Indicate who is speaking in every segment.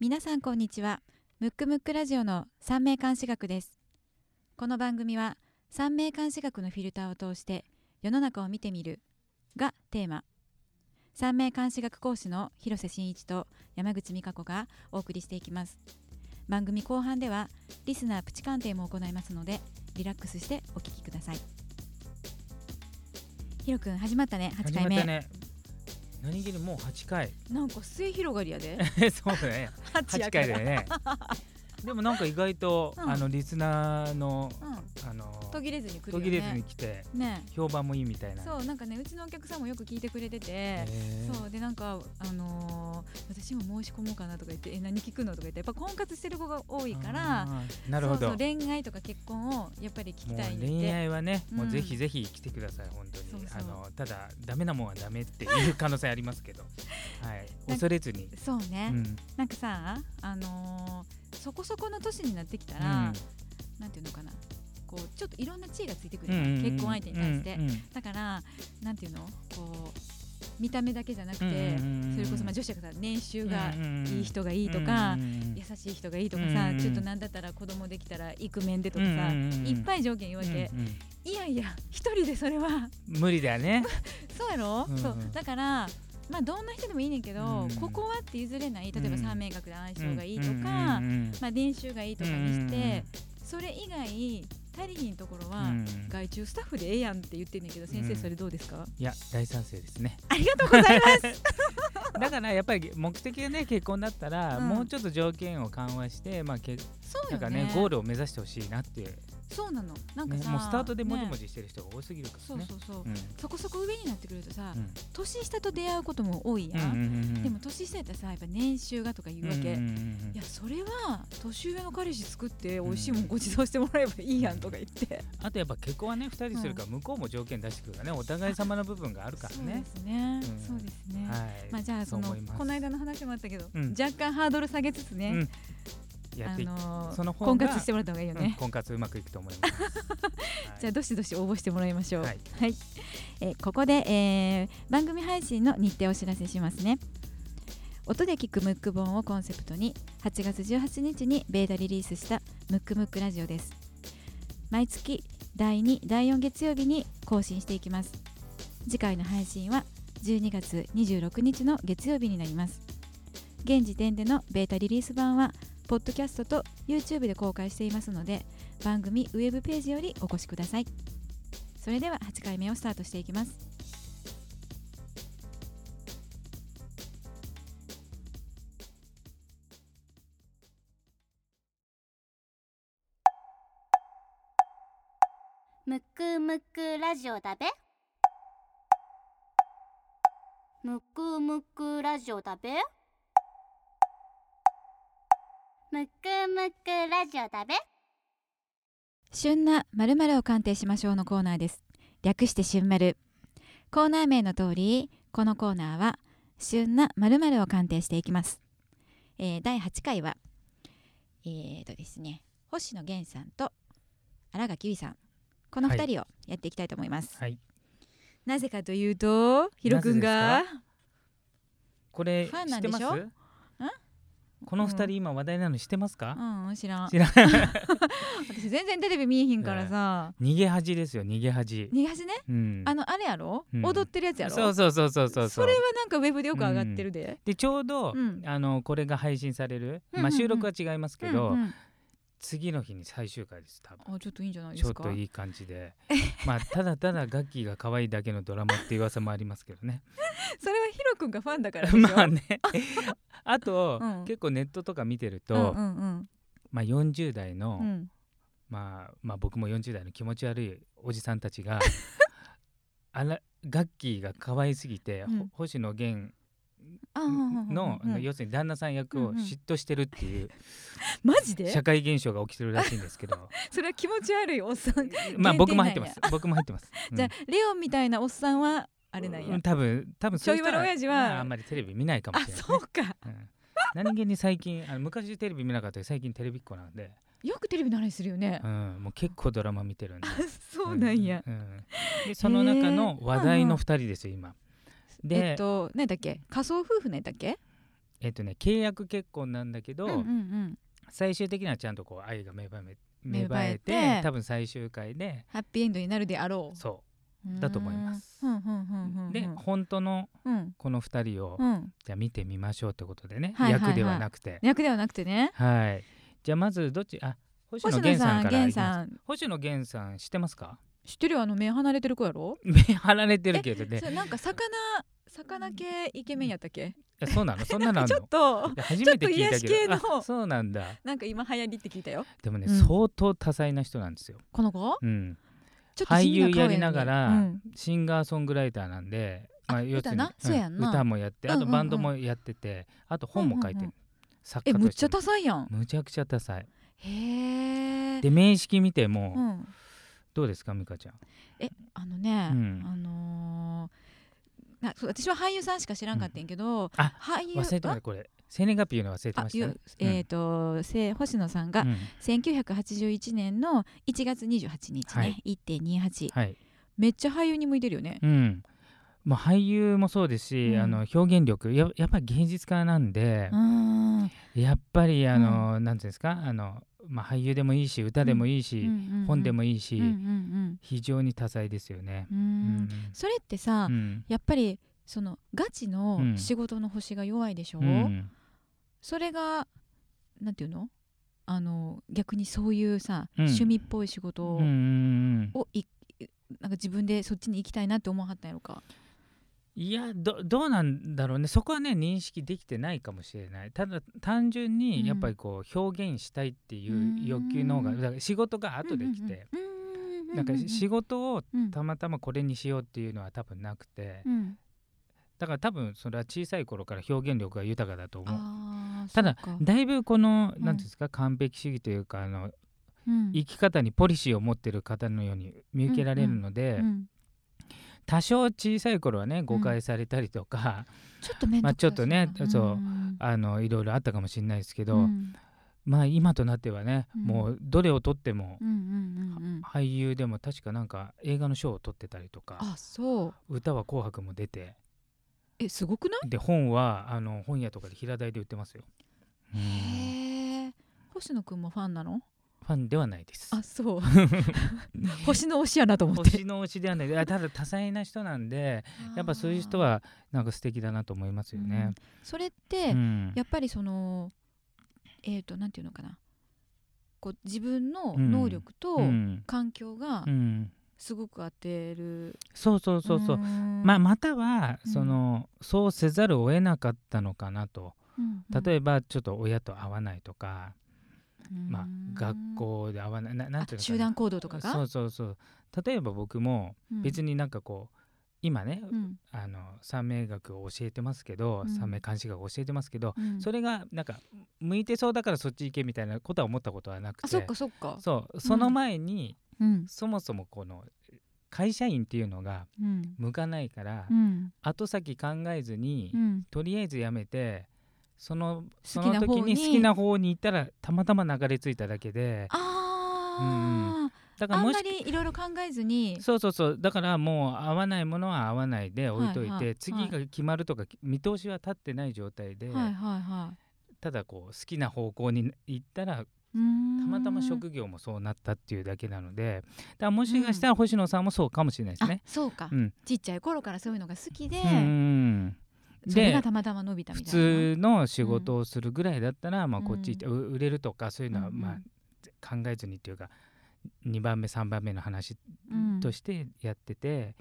Speaker 1: 皆さんこんにちはムックムックラジオの三名監視学ですこの番組は三名監視学のフィルターを通して世の中を見てみるがテーマ三名監視学講師の広瀬真一と山口美香子がお送りしていきます番組後半ではリスナープチ鑑定も行いますのでリラックスしてお聞きくださいひろくん始まったね8回目、
Speaker 2: 始まったね何気にもう8回
Speaker 1: なんか末広がりやで
Speaker 2: そうだね
Speaker 1: 八や
Speaker 2: 8
Speaker 1: か
Speaker 2: 回だ
Speaker 1: ら
Speaker 2: よねでもなんか意外と、
Speaker 1: うん
Speaker 2: あのリスナーの
Speaker 1: うん
Speaker 2: あの
Speaker 1: 途切れずに来るよ
Speaker 2: 途
Speaker 1: ね
Speaker 2: 切れずに来て
Speaker 1: ね
Speaker 2: 評判もいいみたいな
Speaker 1: そうなんかねうちのお客さんもよく聞いてくれてて、
Speaker 2: へー
Speaker 1: そうでなんかあのー私も申し込もうかなとか言ってえ何聞くのとか言ってやっぱ婚活してる子が多いから
Speaker 2: あーなるほど
Speaker 1: そうそう恋愛とか結婚をやっぱり聞き
Speaker 2: もう
Speaker 1: たいんで
Speaker 2: 恋愛はね、もううんぜひぜひ来てください本当に
Speaker 1: そうそう
Speaker 2: あのただダメなもんはダメっていう可能性ありま すけどはい恐れずに
Speaker 1: そうね、
Speaker 2: うん
Speaker 1: なんかさあのーそこそこの年になってきた
Speaker 2: う
Speaker 1: ら、
Speaker 2: ん
Speaker 1: なんていうのかなこうちょっといろんな地位がついてく
Speaker 2: う
Speaker 1: る
Speaker 2: ん
Speaker 1: やん、
Speaker 2: うんうん
Speaker 1: 結婚相手に対して、
Speaker 2: うんうん
Speaker 1: だからなんていうのこう見た目だけじゃなくて、
Speaker 2: うんうんうん
Speaker 1: それこそまあ女子がさ年収が
Speaker 2: うんうんうん
Speaker 1: いい人がいいとか、
Speaker 2: うんうんうん
Speaker 1: 優しい人がいいとか
Speaker 2: う
Speaker 1: さ、
Speaker 2: んうんうん
Speaker 1: ちょっとなんだったら子供できたらイクメンでとかさ、
Speaker 2: うんうんうん
Speaker 1: いっぱい条件言うわけ、
Speaker 2: うんうん
Speaker 1: いやいや一人でそれは
Speaker 2: 無理だよね
Speaker 1: そうやろ、
Speaker 2: うんうん
Speaker 1: そうだからまあどんな人でもいいねんけど、
Speaker 2: うん
Speaker 1: ここはって譲れない例えば三名学で相性がいいとか、
Speaker 2: うんうんうんうん
Speaker 1: まあ、年収がいいとかにして、それ以外足りひんところ
Speaker 2: う
Speaker 1: は、
Speaker 2: んうんうん
Speaker 1: 外注スタッフでええやんって言ってんねんけど先生
Speaker 2: うん
Speaker 1: それどうですか、
Speaker 2: いや大賛成です ね
Speaker 1: ありがとう ございます
Speaker 2: だからやっぱり目的がね結婚だったら、
Speaker 1: うん
Speaker 2: もうちょっと条件を緩和してまあけ
Speaker 1: そう
Speaker 2: な
Speaker 1: よ
Speaker 2: ん
Speaker 1: ね
Speaker 2: かねゴールを目指してほしいなっていう、ね、
Speaker 1: そうなのなん
Speaker 2: も
Speaker 1: か
Speaker 2: う
Speaker 1: さ、
Speaker 2: スタートでもじも
Speaker 1: ね
Speaker 2: じしてる人が多すぎるから
Speaker 1: そう
Speaker 2: ね
Speaker 1: そうそう、
Speaker 2: うん
Speaker 1: そこそこ上になってくるとさ、
Speaker 2: うん
Speaker 1: 年下と出会うことも多いや
Speaker 2: うん
Speaker 1: ん、
Speaker 2: うんうんうん
Speaker 1: でも年下やったらさやっぱ年収がとか言うわけ、
Speaker 2: うん
Speaker 1: い
Speaker 2: うんうんうん
Speaker 1: やそれは年上の彼氏作って美味しいもんご馳走してもらえばいいやんとか言って、
Speaker 2: あとやっぱ結婚はね2人するから向こうも条件出してくるからねお互い様の部分があるから
Speaker 1: そう
Speaker 2: ね
Speaker 1: で。すね、
Speaker 2: うん
Speaker 1: そうですね、
Speaker 2: はい
Speaker 1: まあじゃあそ
Speaker 2: そう
Speaker 1: の
Speaker 2: 思います
Speaker 1: この間の話もあったけど、
Speaker 2: うん
Speaker 1: 若干ハードル下げつつ
Speaker 2: う
Speaker 1: ね、
Speaker 2: んや
Speaker 1: あ
Speaker 2: ってい
Speaker 1: のー
Speaker 2: その方が
Speaker 1: 婚活してもらった方がいいよ
Speaker 2: うん
Speaker 1: ね、
Speaker 2: 婚活うまくいくと思います。はい
Speaker 1: じゃあどしどし応募してもらいましょう
Speaker 2: はい
Speaker 1: えーここで、えー番組配信の日程をお知らせしますね音で聞くムック本をコンセプトに8月18日にベータリリースしたムックムックラジオです毎月第2第4月曜日に更新していきます次回の配信は12月26日の月曜日になります現時点でのベータリリース版はポッドキャストと YouTube で公開していますので番組ウェブページよりお越しくださいそれでは8回目をスタートしていきます
Speaker 3: むくむくラジオだべむくむくラジオだべむくむくラジオだべ
Speaker 1: 旬な〇〇を鑑定しましょうのコーナーです略して旬丸コーナー名の通りこのコーナーは旬な〇〇を鑑定していきます、えー第8回はえーとですね星野源さんと新垣結衣さんこの2人をやっていきたいと思います、
Speaker 2: はい
Speaker 1: なぜかというとひろくんが
Speaker 2: これ
Speaker 1: ファン
Speaker 2: 知
Speaker 1: な
Speaker 2: っ
Speaker 1: ん
Speaker 2: て
Speaker 1: で
Speaker 2: ま
Speaker 1: し
Speaker 2: す
Speaker 1: ょ
Speaker 2: この二
Speaker 1: う
Speaker 2: 人今話題なの知ってますか、
Speaker 1: うん知らん
Speaker 2: 知らん
Speaker 1: 私全然テレビ見えひんからさ、
Speaker 2: 逃げ恥ですよ逃げ恥、
Speaker 1: 逃がしね
Speaker 2: うん、
Speaker 1: あのあれやろ、
Speaker 2: うん
Speaker 1: 踊ってるやつやろ
Speaker 2: そうそうそうそうそう
Speaker 1: それはなんかウェブでよく上がってるで、
Speaker 2: でちょうど、
Speaker 1: うん
Speaker 2: あのこれが配信される、
Speaker 1: うんうん
Speaker 2: まあ、収録は違いますけど、
Speaker 1: うんうん
Speaker 2: 次の日に最終回です多分
Speaker 1: あちょっといいんじゃないで
Speaker 2: ちょ
Speaker 1: す
Speaker 2: っ
Speaker 1: か
Speaker 2: といい感じでまあただただガッキーが可愛いだけのドラマっていう噂もありますけどね
Speaker 1: それはヒロ君がファンだからでしょ
Speaker 2: まあ ねあと、
Speaker 1: うん
Speaker 2: 結構ネットとか見てると、
Speaker 1: うんうん
Speaker 2: まあ、40代
Speaker 1: う
Speaker 2: の、
Speaker 1: んうん
Speaker 2: まあ、まあ僕も40代の気持ち悪いおじさんたち があらガッキーが可愛すぎて、
Speaker 1: うん
Speaker 2: ほ星野源
Speaker 1: あ
Speaker 2: の,、
Speaker 1: うんうんうん
Speaker 2: 要するに旦那さん役を嫉妬してるっていう
Speaker 1: マジで
Speaker 2: 社会現象が起きてるらしいんで すけど
Speaker 1: それは気持ち悪いおっさん、
Speaker 2: まあ僕も入って
Speaker 1: 限定なんや
Speaker 2: ます僕も入って ます、うん
Speaker 1: じゃあレオンみたいなおっさんはあれなんや、
Speaker 2: うん多分多分そういう人
Speaker 1: ちょい悪親父は
Speaker 2: まああんまりテレビ見ないかも
Speaker 1: あ
Speaker 2: しれない、ね、
Speaker 1: そうか
Speaker 2: うん何気に最近あの昔テレビ見なかったけど最近テレビっ子なんで、
Speaker 1: よくテレビの話するよね、
Speaker 2: うん、もう結構ドラマ見てるんで
Speaker 1: あ そうなんや、、
Speaker 2: うんうんでその中の話題の2人ですよ今で、
Speaker 1: えっと何だっけ仮想夫婦ねだっけ
Speaker 2: えっとね契約結婚なんだけど、
Speaker 1: うんうんうん、
Speaker 2: 最終的にはちゃんとこう愛が芽生え芽生えて
Speaker 1: 芽生えて
Speaker 2: 多分最終回で
Speaker 1: ハッピーエンドになるであろう
Speaker 2: そう
Speaker 1: ーん
Speaker 2: だと思います
Speaker 1: うんうんうんうんう
Speaker 2: うんで本当の
Speaker 1: うん
Speaker 2: この2人を、
Speaker 1: うん
Speaker 2: じゃあ見てみましょうってことでね、
Speaker 1: はいはいはい
Speaker 2: 役ではなくて
Speaker 1: 役ではなくてね
Speaker 2: はいじゃあまずどっちあ星野
Speaker 1: 星野
Speaker 2: 源さ
Speaker 1: さ
Speaker 2: ん
Speaker 1: ん
Speaker 2: からい
Speaker 1: 源
Speaker 2: きます
Speaker 1: さん
Speaker 2: 星野源さん知ってますか
Speaker 1: 知ってるよあの目離れてる子やろ
Speaker 2: 目張られてるけどね
Speaker 1: そうなんか魚魚系イケメンやったっけ
Speaker 2: いやそうなのそんなのあん
Speaker 1: ち
Speaker 2: の
Speaker 1: ょっと
Speaker 2: いや初めて聞いたけど
Speaker 1: ちょっと癒し系の
Speaker 2: あそうなんだ
Speaker 1: なんか今流行りって聞いたよ
Speaker 2: でもね、
Speaker 1: うん
Speaker 2: 相当多彩な人なんですよ、
Speaker 1: この子
Speaker 2: うん、
Speaker 1: ちょっと地味
Speaker 2: 俳優やりな
Speaker 1: 顔
Speaker 2: が
Speaker 1: ね
Speaker 2: ら
Speaker 1: うん
Speaker 2: シンガーソングライターなんで、
Speaker 1: あ
Speaker 2: 要するに
Speaker 1: 歌なそうやんな
Speaker 2: 歌もやってあ
Speaker 1: うんう
Speaker 2: と
Speaker 1: んうん
Speaker 2: バンドもやってて、あと本も書い
Speaker 1: う
Speaker 2: てる、
Speaker 1: んうんうん
Speaker 2: 作
Speaker 1: え
Speaker 2: 家
Speaker 1: む
Speaker 2: と
Speaker 1: っ
Speaker 2: し
Speaker 1: ちゃ
Speaker 2: て
Speaker 1: 多彩やん
Speaker 2: むちゃくちゃ多彩
Speaker 1: へえ
Speaker 2: で面識見ても、
Speaker 1: うん
Speaker 2: どうですか美香ちゃん
Speaker 1: あのね、
Speaker 2: うん
Speaker 1: あのーなそう私は俳優さんしか知らんかったんやけど、
Speaker 2: あ
Speaker 1: 俳優
Speaker 2: 忘れてま
Speaker 1: は
Speaker 2: したこれ生年月日言うの忘れて
Speaker 1: あ
Speaker 2: まし
Speaker 1: ゆ
Speaker 2: たね
Speaker 1: えっ、と、せ星野さんが
Speaker 2: うん
Speaker 1: 1981年の1月28日
Speaker 2: は
Speaker 1: ね
Speaker 2: い、
Speaker 1: 1.28
Speaker 2: はい
Speaker 1: めっちゃ俳優に向いてるよね。
Speaker 2: うんまあ、俳優もそうですし、
Speaker 1: うん
Speaker 2: あの表現力ややっぱり芸術家なんで
Speaker 1: う、んうん
Speaker 2: やっぱりあの、なんていうんですかあの、まあ、俳優でもいいし歌でもいいし、
Speaker 1: うん
Speaker 2: 本でもいいし、
Speaker 1: うんうん
Speaker 2: 非常に多彩ですよね。
Speaker 1: うんう
Speaker 2: うんん
Speaker 1: それってさ、
Speaker 2: うん
Speaker 1: やっぱりそのガチの
Speaker 2: うん
Speaker 1: 仕事の星が弱いでしょ、
Speaker 2: うん
Speaker 1: それがなんていうのあの逆にそういうさ、
Speaker 2: うん
Speaker 1: 趣味っぽい仕事を,、
Speaker 2: うんうん
Speaker 1: をいなんか自分でそっちに行きたいなって思わはったんやろか。
Speaker 2: いやどどうなんだろうねそこはね認識できてないかもしれないただ単純
Speaker 1: うん
Speaker 2: にやっぱりこう表現したいっていう欲求の方が、
Speaker 1: うん
Speaker 2: だから仕事が後できて、
Speaker 1: うんうんうん、
Speaker 2: なんか仕
Speaker 1: 事、
Speaker 2: 事を
Speaker 1: うん
Speaker 2: たまたまこれにしようっていうのは多分なくて、
Speaker 1: うん
Speaker 2: だから多分それは小さい頃から表現力が豊かだと思う。
Speaker 1: あー
Speaker 2: ただ
Speaker 1: そうか
Speaker 2: だいぶこの
Speaker 1: うん
Speaker 2: 何ていうんですか、完璧主義というかあの
Speaker 1: うん
Speaker 2: 生き方にポリシーを持ってる方のように見受けられるので、
Speaker 1: うん
Speaker 2: 多少小さい頃はね誤解されたりとか、
Speaker 1: ちょっと面倒くさい
Speaker 2: まあちょっとね
Speaker 1: な
Speaker 2: そうんあのいろいろあったかもしれないですけど、
Speaker 1: うん
Speaker 2: まあ今となってはね、
Speaker 1: うん
Speaker 2: もうどれを取っても
Speaker 1: うんうんうんうん
Speaker 2: 俳優でも確かなんか映画の賞を取ってたりとか
Speaker 1: あそう
Speaker 2: 歌は「紅白」も出て
Speaker 1: えすごくない
Speaker 2: で本はあの本屋とかで平台で売ってますよ。うん
Speaker 1: へえ星野くんもファンなの
Speaker 2: ファンではないです。
Speaker 1: あそう 星の推しやなと思って
Speaker 2: 星の推しではないあただ多彩な人なんでやっぱそういう人はなんか素敵だなと思いますよね。
Speaker 1: それって、
Speaker 2: うん
Speaker 1: やっぱりそのえっ、となんていうのかなこう自分の能力と
Speaker 2: うん
Speaker 1: 環境が
Speaker 2: うん
Speaker 1: すごく合ってる、
Speaker 2: そうそうそうそう。まあ、または
Speaker 1: うん
Speaker 2: その、そうせざるを得なかったのかなと例えばちょっと親と合わないとか、まあ、学校で合わないななんていうのかな
Speaker 1: 集団行動とかが
Speaker 2: そうそうそう例えば僕も別
Speaker 1: に、
Speaker 2: になんかこう、今ね、
Speaker 1: うん
Speaker 2: あの三名学を教えてますけど、
Speaker 1: うん
Speaker 2: 三名監視学を教えてますけど、
Speaker 1: うん
Speaker 2: それがなんか向いてそうだからそっち行けみたいなことは思ったことはなくて
Speaker 1: あそっかそっか
Speaker 2: そうその前に、
Speaker 1: うん
Speaker 2: そもそもこの会社員っていうのが
Speaker 1: うん
Speaker 2: 向かないから、
Speaker 1: うん
Speaker 2: 後先考えずに、
Speaker 1: うん
Speaker 2: とりあえずやめてそのそ
Speaker 1: き
Speaker 2: の
Speaker 1: な
Speaker 2: 時
Speaker 1: 方に
Speaker 2: に好きな方に行ったらたまたま流れ着いただけで
Speaker 1: あ
Speaker 2: だ
Speaker 1: ー、
Speaker 2: から
Speaker 1: あん
Speaker 2: も
Speaker 1: ま
Speaker 2: し
Speaker 1: りいろいろ考えずに
Speaker 2: そうそうそうだからもう合わないものは合わないで置いといて、
Speaker 1: はいはい
Speaker 2: 次が決まるとか見通しは立ってない状態で、
Speaker 1: はいはいは
Speaker 2: ただこう好きな方向に行ったら
Speaker 1: い。うーん
Speaker 2: たまたま職業もそうなったっていうだけなのでだからもしかしたら星野さんもそうかもしれないです
Speaker 1: あ
Speaker 2: ね。
Speaker 1: そうか、
Speaker 2: うん
Speaker 1: ちっちゃい頃からそういうのが好きで、
Speaker 2: うん
Speaker 1: それ
Speaker 2: で
Speaker 1: がたまたま伸びたみ
Speaker 2: 普
Speaker 1: たいな。
Speaker 2: 通の仕事をするぐらいだったら、まあ、
Speaker 1: うん
Speaker 2: こっち行ってう売れるとかそういうのは、
Speaker 1: うんうん
Speaker 2: まあ、考えずにっていうか2番目3番目の話
Speaker 1: うん
Speaker 2: としてやってて、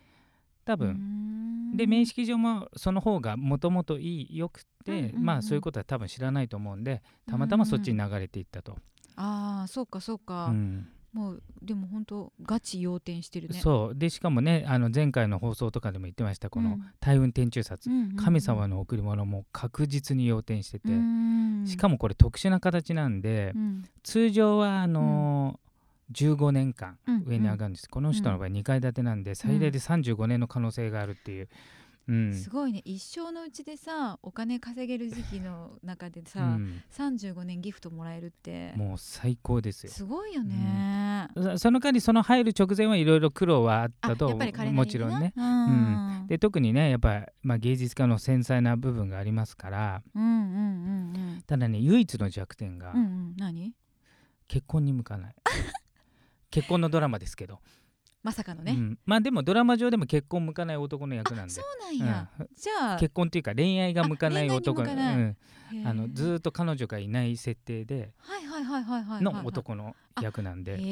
Speaker 2: 多分、で
Speaker 1: で
Speaker 2: 面識上もその方がもともといいよく
Speaker 1: う
Speaker 2: て、
Speaker 1: んうんうん
Speaker 2: まあそういうことは多分知らないと思うんでたまたまそっちに流れていったと、
Speaker 1: ああそうかそう
Speaker 2: う
Speaker 1: か、
Speaker 2: ん
Speaker 1: もうでも本当ガチ要点してるね。
Speaker 2: そうでしかもねあの前回の放送とかでも言ってましたこ
Speaker 1: う
Speaker 2: の
Speaker 1: ん
Speaker 2: 「大運天中札」
Speaker 1: うんうんうん
Speaker 2: 神様の贈り物も確実に要点してて、
Speaker 1: うん
Speaker 2: しかもこれ特殊な形なんで、
Speaker 1: うん
Speaker 2: 通常はあのー15年間
Speaker 1: うん
Speaker 2: 上に上がるんです、この人の場合2階建てなんで最大で35年の可能性があるっていう、うん
Speaker 1: すごいね一生のうちでさお金稼げる時期の中で
Speaker 2: う
Speaker 1: さ、
Speaker 2: ん、
Speaker 1: 35年ギフトもらえるって
Speaker 2: もう最高ですよ
Speaker 1: すごいよね、
Speaker 2: そその間にその入る直前はいろいろ苦労はあった
Speaker 1: あ
Speaker 2: と
Speaker 1: やっぱり彼なりにな
Speaker 2: もちろんね。
Speaker 1: う
Speaker 2: うん
Speaker 1: ん
Speaker 2: で特にねやっぱ、まあ、芸術家の繊細な部分がありますから
Speaker 1: うんうんうんうん
Speaker 2: ただね唯一の弱点が
Speaker 1: うんうん何
Speaker 2: 結婚に向かない 結婚のドラマですけど、
Speaker 1: まさかの
Speaker 2: う
Speaker 1: ね、
Speaker 2: んまあでもドラマ上でも結婚向かない男の役なんで
Speaker 1: そうなんや、
Speaker 2: うん
Speaker 1: じゃあ
Speaker 2: 結婚っていうか恋愛が向かない男
Speaker 1: あ恋愛に向かない
Speaker 2: うん
Speaker 1: へー
Speaker 2: あのずーっと彼女がいない設定で
Speaker 1: はいはいはいはいはいはいはい
Speaker 2: の男の役なんで
Speaker 1: へ
Speaker 2: で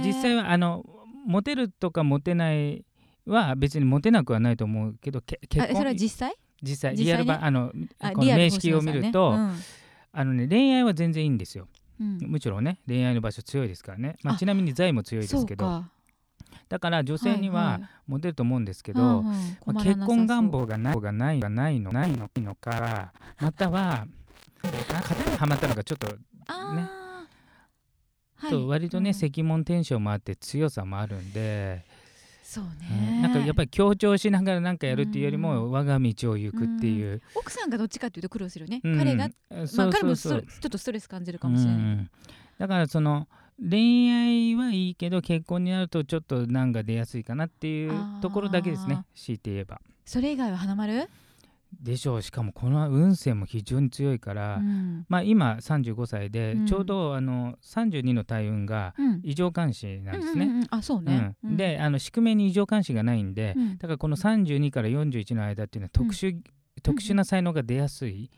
Speaker 1: ー
Speaker 2: 実際はあのモテるとかモテないは別にモテなくはないと思うけどけ結
Speaker 1: あそれは
Speaker 2: 婚
Speaker 1: 実際
Speaker 2: 実際
Speaker 1: 実際ね
Speaker 2: リアル版あの
Speaker 1: あ
Speaker 2: この
Speaker 1: リアル
Speaker 2: 名
Speaker 1: に
Speaker 2: 式を見ると、
Speaker 1: そうなんだね
Speaker 2: あのね恋愛は全然いいんですよ
Speaker 1: うんうん
Speaker 2: むしろね恋愛の場所強いですからね、まあ、
Speaker 1: あ
Speaker 2: ちなみに財も強いですけ
Speaker 1: そう
Speaker 2: ど
Speaker 1: か
Speaker 2: だから女性に
Speaker 1: はい
Speaker 2: は
Speaker 1: はい
Speaker 2: モテると思うんですけど、
Speaker 1: うんうん
Speaker 2: ま
Speaker 1: 困らなさ
Speaker 2: あ
Speaker 1: そう
Speaker 2: 結婚願望がないがないがないのないのないのかまたは型にはまったのがちょっと,、
Speaker 1: あー、はい
Speaker 2: と割とね、
Speaker 1: うん
Speaker 2: 赤門テンションもあって強さもあるんで、
Speaker 1: そうね、
Speaker 2: うんなんかやっぱり強調しながらなんかやるっていうよりも、
Speaker 1: う
Speaker 2: 我が道を行くっていう、
Speaker 1: 奥さんがどっちかっていうと苦労するよね、
Speaker 2: うん
Speaker 1: 彼が、
Speaker 2: そ
Speaker 1: まあ、
Speaker 2: う
Speaker 1: 彼
Speaker 2: そう
Speaker 1: も
Speaker 2: そ
Speaker 1: スト
Speaker 2: う
Speaker 1: レちょっとストレス感じるかもしれない、
Speaker 2: うんだからその恋愛はいいけど結婚になるとちょっと難が出やすいかなっていうところだけですね
Speaker 1: あ
Speaker 2: 強いて言えば。
Speaker 1: それ以外は花丸、
Speaker 2: でしょうしかもこの運勢も非常に強いから、
Speaker 1: うん
Speaker 2: まあ、今35歳で、
Speaker 1: うん
Speaker 2: ちょうどあの32の大運が
Speaker 1: うん
Speaker 2: 異常関心なんです
Speaker 1: うん
Speaker 2: ね。
Speaker 1: うんうんあそう
Speaker 2: う
Speaker 1: ね
Speaker 2: ん、
Speaker 1: うん
Speaker 2: であの宿命に異常関心がないんで、
Speaker 1: うん
Speaker 2: だからこの32から41の間っていうのは特殊、特殊な才能が出やすい、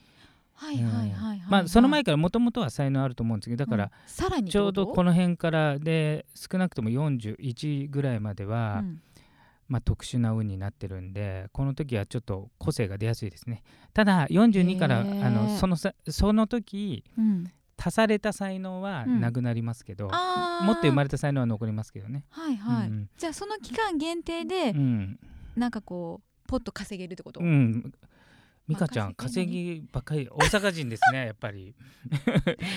Speaker 1: はいはいはいはい、
Speaker 2: うんまあ、その前からもともとは才能あると思うんですけどだから
Speaker 1: うん、さらに
Speaker 2: ちょうどこ
Speaker 1: の、
Speaker 2: の辺からで少なくとも41ぐらいまでは、
Speaker 1: うん
Speaker 2: まあ、特殊な運になってるんでこの時はちょっと個性が出やすいですねただ42からあ
Speaker 1: へー
Speaker 2: のそのさその時
Speaker 1: うん
Speaker 2: 足された才能はなくなりますけど、
Speaker 1: あー
Speaker 2: 持って生まれた才能は残りますけどね、
Speaker 1: はいはい、
Speaker 2: うん
Speaker 1: じゃあその期間限定で、
Speaker 2: うん
Speaker 1: なんかこうポッと稼げるってこと、
Speaker 2: うん美香ちゃん
Speaker 1: 任せて
Speaker 2: 稼
Speaker 1: ね
Speaker 2: ぎばっかり大阪人ですねやっぱり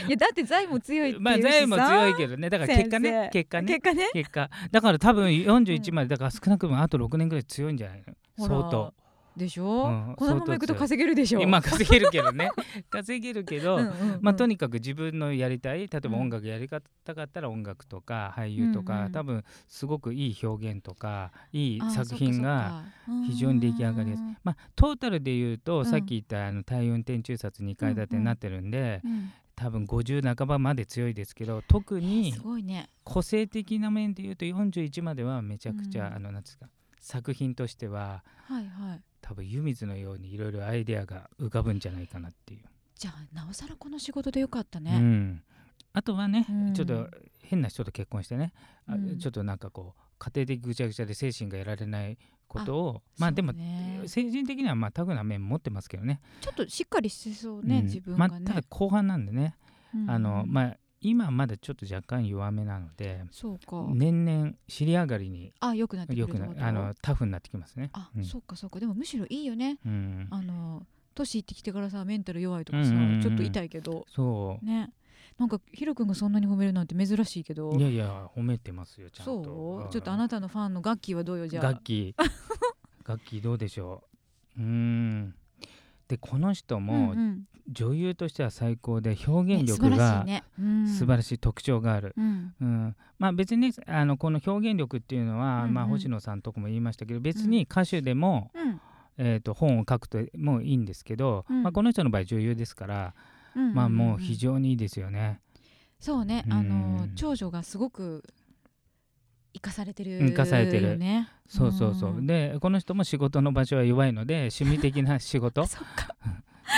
Speaker 1: いやだって財も強いっていうし
Speaker 2: ま
Speaker 1: さ、
Speaker 2: あ財も強いけどねだから結果
Speaker 1: 先
Speaker 2: ね
Speaker 1: 生
Speaker 2: 結果ね
Speaker 1: 結果ね
Speaker 2: 結果だから多分
Speaker 1: う
Speaker 2: 41
Speaker 1: ん
Speaker 2: までだから少なくともあと6年ぐらい強いんじゃないの
Speaker 1: ほら
Speaker 2: 相当
Speaker 1: でしょ、
Speaker 2: うん
Speaker 1: このままいくと
Speaker 2: 相当強い
Speaker 1: 稼げるでしょ
Speaker 2: 今稼げるけどね 稼げるけど、
Speaker 1: うんうんうん
Speaker 2: まあとにかく自分のやりたい例えば
Speaker 1: うん
Speaker 2: 音楽やりたかったら音楽とか俳優とか、
Speaker 1: うんうん
Speaker 2: 多分すごくいい表現とかいい
Speaker 1: あー
Speaker 2: 作品が非常に出来上がりやすい、まあトータルで言うと、
Speaker 1: ん
Speaker 2: さっき言ったあの大運転中殺2階建てになってるんで、
Speaker 1: そっかそっかうん
Speaker 2: 多分50半ばまで強いですけど特に
Speaker 1: すごいね
Speaker 2: 個性的な面で言うと41まではめちゃくちゃ、
Speaker 1: うん
Speaker 2: あのなんですか作品としては
Speaker 1: はいはい
Speaker 2: 多分湯水のようにいろいろアイデアが浮かぶんじゃないかなっていう。
Speaker 1: じゃあなおさらこの仕事でよかった
Speaker 2: う
Speaker 1: ね、
Speaker 2: ん、あとはね、
Speaker 1: うん
Speaker 2: ちょっと変な人と結婚してね、あ
Speaker 1: うん
Speaker 2: ちょっとなんかこう家庭的ぐちゃぐちゃで精神がやられないことをまあ
Speaker 1: そう
Speaker 2: でも、
Speaker 1: ね
Speaker 2: 成人的にはまあタグな面持ってますけどね
Speaker 1: ちょっとしっかりしてそうね、
Speaker 2: うん
Speaker 1: 自分
Speaker 2: ま
Speaker 1: が
Speaker 2: あ
Speaker 1: ね、
Speaker 2: ただ後半なんでね、
Speaker 1: うん
Speaker 2: あのまあ、今まだちょっと若干弱めなので
Speaker 1: そうか、
Speaker 2: 年々尻上がりに
Speaker 1: あ良くなってくる
Speaker 2: よ
Speaker 1: って
Speaker 2: く
Speaker 1: こ
Speaker 2: な
Speaker 1: と
Speaker 2: あのタフになってきますね。
Speaker 1: あ、
Speaker 2: うん
Speaker 1: そうかそうかでもむしろいいよね
Speaker 2: うん、
Speaker 1: あの年いってきてからさメンタル弱いとかさ、
Speaker 2: うんうんうんうん
Speaker 1: ちょっと痛いけど
Speaker 2: そう
Speaker 1: ねなんかヒロ君がそんなに褒めるなんて珍しいけど
Speaker 2: いやいや褒めてますよちゃんと。
Speaker 1: そう、
Speaker 2: ん
Speaker 1: ちょっとあなたのファンのガッキーはどうよじゃあ
Speaker 2: 楽器 楽器どうでしょううーんでこの人も
Speaker 1: うんうん
Speaker 2: 女優としては最高で表現
Speaker 1: ね
Speaker 2: 力が
Speaker 1: 素
Speaker 2: 素
Speaker 1: 晴らしい
Speaker 2: 晴
Speaker 1: ね
Speaker 2: らしい特徴がある、
Speaker 1: うんうん
Speaker 2: うん、まあ別にねあのこの表現力っていうのは、
Speaker 1: うんうん
Speaker 2: まあ、星野さんとこも言いましたけど別に歌手でも、
Speaker 1: うん
Speaker 2: えー、と本を書くともいいんですけど、
Speaker 1: うん
Speaker 2: まあ、この人の場合女優ですから、
Speaker 1: うん
Speaker 2: まあ
Speaker 1: んん
Speaker 2: もう非常にいいですよね。
Speaker 1: そうね
Speaker 2: うん
Speaker 1: あの長女がすごく生かされてる
Speaker 2: 生かされてる
Speaker 1: よね
Speaker 2: そうそうそう、
Speaker 1: うん
Speaker 2: でこの人も仕事の場所は弱いので趣味的な仕 事
Speaker 1: そっか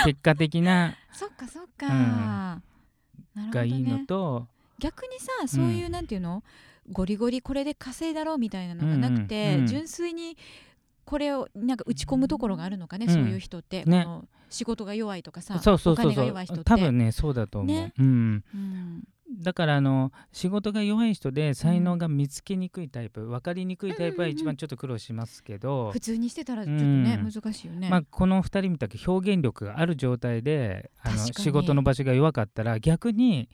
Speaker 2: 結果的な
Speaker 1: そっかそっかなるほど
Speaker 2: がいいの
Speaker 1: ね
Speaker 2: と、
Speaker 1: 逆にさそういううなんていうのゴリゴリこれで稼いだろうみたいなのがなく
Speaker 2: うんうんう
Speaker 1: て
Speaker 2: ん
Speaker 1: 純粋にこれをなんか打ち込むところがあるのかね
Speaker 2: うん
Speaker 1: そういう人ってこ
Speaker 2: ね
Speaker 1: の仕事が弱いとかさ
Speaker 2: そうそうそう
Speaker 1: お金が
Speaker 2: そ
Speaker 1: 弱い人って
Speaker 2: う多分ねそうだと思う、
Speaker 1: ね
Speaker 2: うん、
Speaker 1: うん
Speaker 2: だからあの仕事が弱い人で才能が見つけにくいタイプ、分かりにくいタイプは
Speaker 1: うんうんうん
Speaker 2: 一番ちょっと苦労しますけど、
Speaker 1: 普通にしてたらちょっとね
Speaker 2: うん
Speaker 1: 難しいよね
Speaker 2: まあ、この2人みたく表現力がある状態であの
Speaker 1: 確かに
Speaker 2: 仕事の場所が弱かったら逆に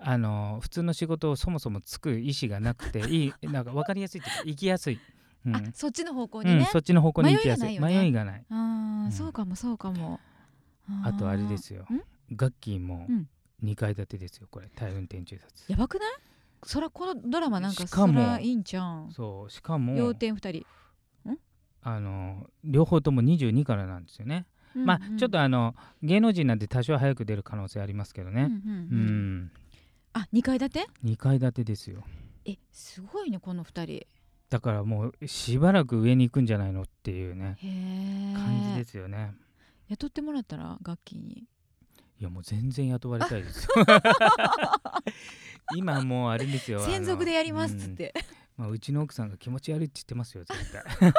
Speaker 2: あ の普通の仕事をそもそもつく意思がなくていいなんか分かりやすいっていうか生きやすい、うん
Speaker 1: あそっちの方向
Speaker 2: う
Speaker 1: に
Speaker 2: ん、
Speaker 1: ね、
Speaker 2: そっちの方向に行きやすい
Speaker 1: 迷
Speaker 2: 迷
Speaker 1: い
Speaker 2: い
Speaker 1: がないよね
Speaker 2: がな
Speaker 1: ああ、
Speaker 2: いうん
Speaker 1: そうかもそうかも
Speaker 2: あとあれです
Speaker 1: よ
Speaker 2: よガッキーも
Speaker 1: うん
Speaker 2: 2階建てですよこれ大運転中殺
Speaker 1: やばくないそらこのドラマなんか
Speaker 2: しかも
Speaker 1: そらいいんじゃん
Speaker 2: そうしかも
Speaker 1: 要点二人、
Speaker 2: あの両方とも22からなんですよね、
Speaker 1: うん
Speaker 2: まあ
Speaker 1: うん
Speaker 2: ちょっとあの芸能人なんて多少早く出る可能性ありますけど
Speaker 1: うんう
Speaker 2: ねうん
Speaker 1: んうんあ二階建て
Speaker 2: 2階建てですよ
Speaker 1: えすごいねこの二人へ
Speaker 2: だからもうしばらく上に行くんじゃないのっていうね
Speaker 1: え
Speaker 2: 感じですよね
Speaker 1: 雇ってもらったら楽器に
Speaker 2: いやもう全然雇われたい ですよ今もうあれですよあの
Speaker 1: 専属でやりますっつっ
Speaker 2: うん
Speaker 1: て、
Speaker 2: まあ、うちの奥さんが気持ち悪いって言ってますよ絶 対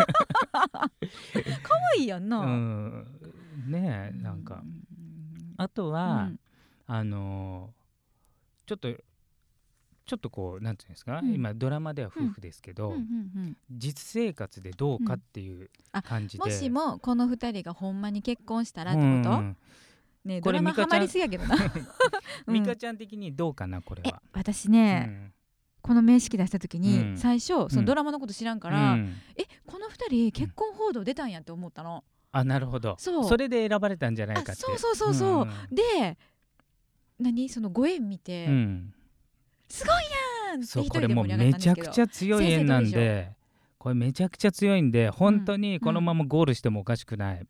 Speaker 1: 可愛いやんな、
Speaker 2: うんねえなんかあと
Speaker 1: うん
Speaker 2: は、あのーちょっとちょっとこうなんていうんですか、
Speaker 1: うん
Speaker 2: 今ドラマでは夫婦ですけど、
Speaker 1: うんうんうんうん
Speaker 2: 実生活でどうかっていう
Speaker 1: あ
Speaker 2: 感じで、
Speaker 1: もしもこの二人がほんまに結婚したらってこ
Speaker 2: うん
Speaker 1: と、
Speaker 2: うん
Speaker 1: ねえ
Speaker 2: こ
Speaker 1: ド
Speaker 2: れ
Speaker 1: ラマ
Speaker 2: ミカち
Speaker 1: ハ
Speaker 2: ゃ
Speaker 1: マ
Speaker 2: ん
Speaker 1: りすぎやけどな、うん
Speaker 2: ミカちゃん的にどうかなこれ
Speaker 1: え
Speaker 2: は。
Speaker 1: 私ね、この名式出した時に、
Speaker 2: うん
Speaker 1: 最初そのドラマのこと知らん
Speaker 2: か
Speaker 1: から、えこの二人結婚報道出たんやって思ったの、
Speaker 2: あなるほど
Speaker 1: そう
Speaker 2: れで選ばれたんじゃないかって
Speaker 1: あそうそうそうそうで何そのご縁見て、
Speaker 2: うんうん
Speaker 1: すごいやんって
Speaker 2: そ
Speaker 1: 一
Speaker 2: うこ
Speaker 1: 人
Speaker 2: れ
Speaker 1: で
Speaker 2: もう
Speaker 1: 盛り上
Speaker 2: め
Speaker 1: がっ
Speaker 2: ち
Speaker 1: たん
Speaker 2: ゃ
Speaker 1: で
Speaker 2: く
Speaker 1: す
Speaker 2: ち
Speaker 1: けど
Speaker 2: ゃ強い縁なんでこれめちゃくちゃ強いんで本当にこのままゴールしてもおかしくない。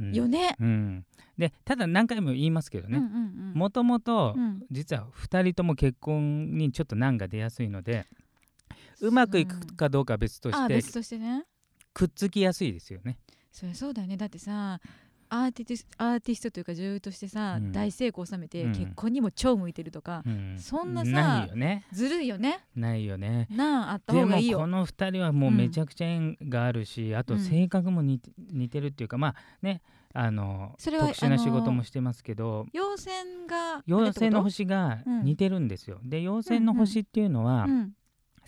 Speaker 2: うん
Speaker 1: よね、
Speaker 2: うん、でただ何回も言いますけど
Speaker 1: うん
Speaker 2: ね
Speaker 1: うんうん
Speaker 2: もともと
Speaker 1: うん
Speaker 2: 実は2人とも結婚にちょっと難が出やすいのでうまくいくかどうかは別と
Speaker 1: あ
Speaker 2: し
Speaker 1: あ
Speaker 2: て
Speaker 1: 別としてね
Speaker 2: くっつきやすいですよね。
Speaker 1: そりゃそうだよねだってさアーティストアーティストというか女優としてさ、
Speaker 2: うん
Speaker 1: 大成功を収めて、
Speaker 2: うん
Speaker 1: 結婚にも超向いてるとか、
Speaker 2: うん
Speaker 1: そんなさ
Speaker 2: ないよね
Speaker 1: ずるいよね
Speaker 2: ないよね。
Speaker 1: なああった
Speaker 2: で
Speaker 1: 方
Speaker 2: も
Speaker 1: がいい
Speaker 2: こ
Speaker 1: よ
Speaker 2: の2人はもうめちゃくちゃ縁があるし、あと性格も似て似てるっていうかまあねあの
Speaker 1: それ
Speaker 2: 特
Speaker 1: は
Speaker 2: 殊な仕事もしてますけど
Speaker 1: 妖精が
Speaker 2: 妖精の
Speaker 1: 星
Speaker 2: 星が
Speaker 1: うん
Speaker 2: 似てるんですよ。で妖精の星っていうのは、
Speaker 1: うん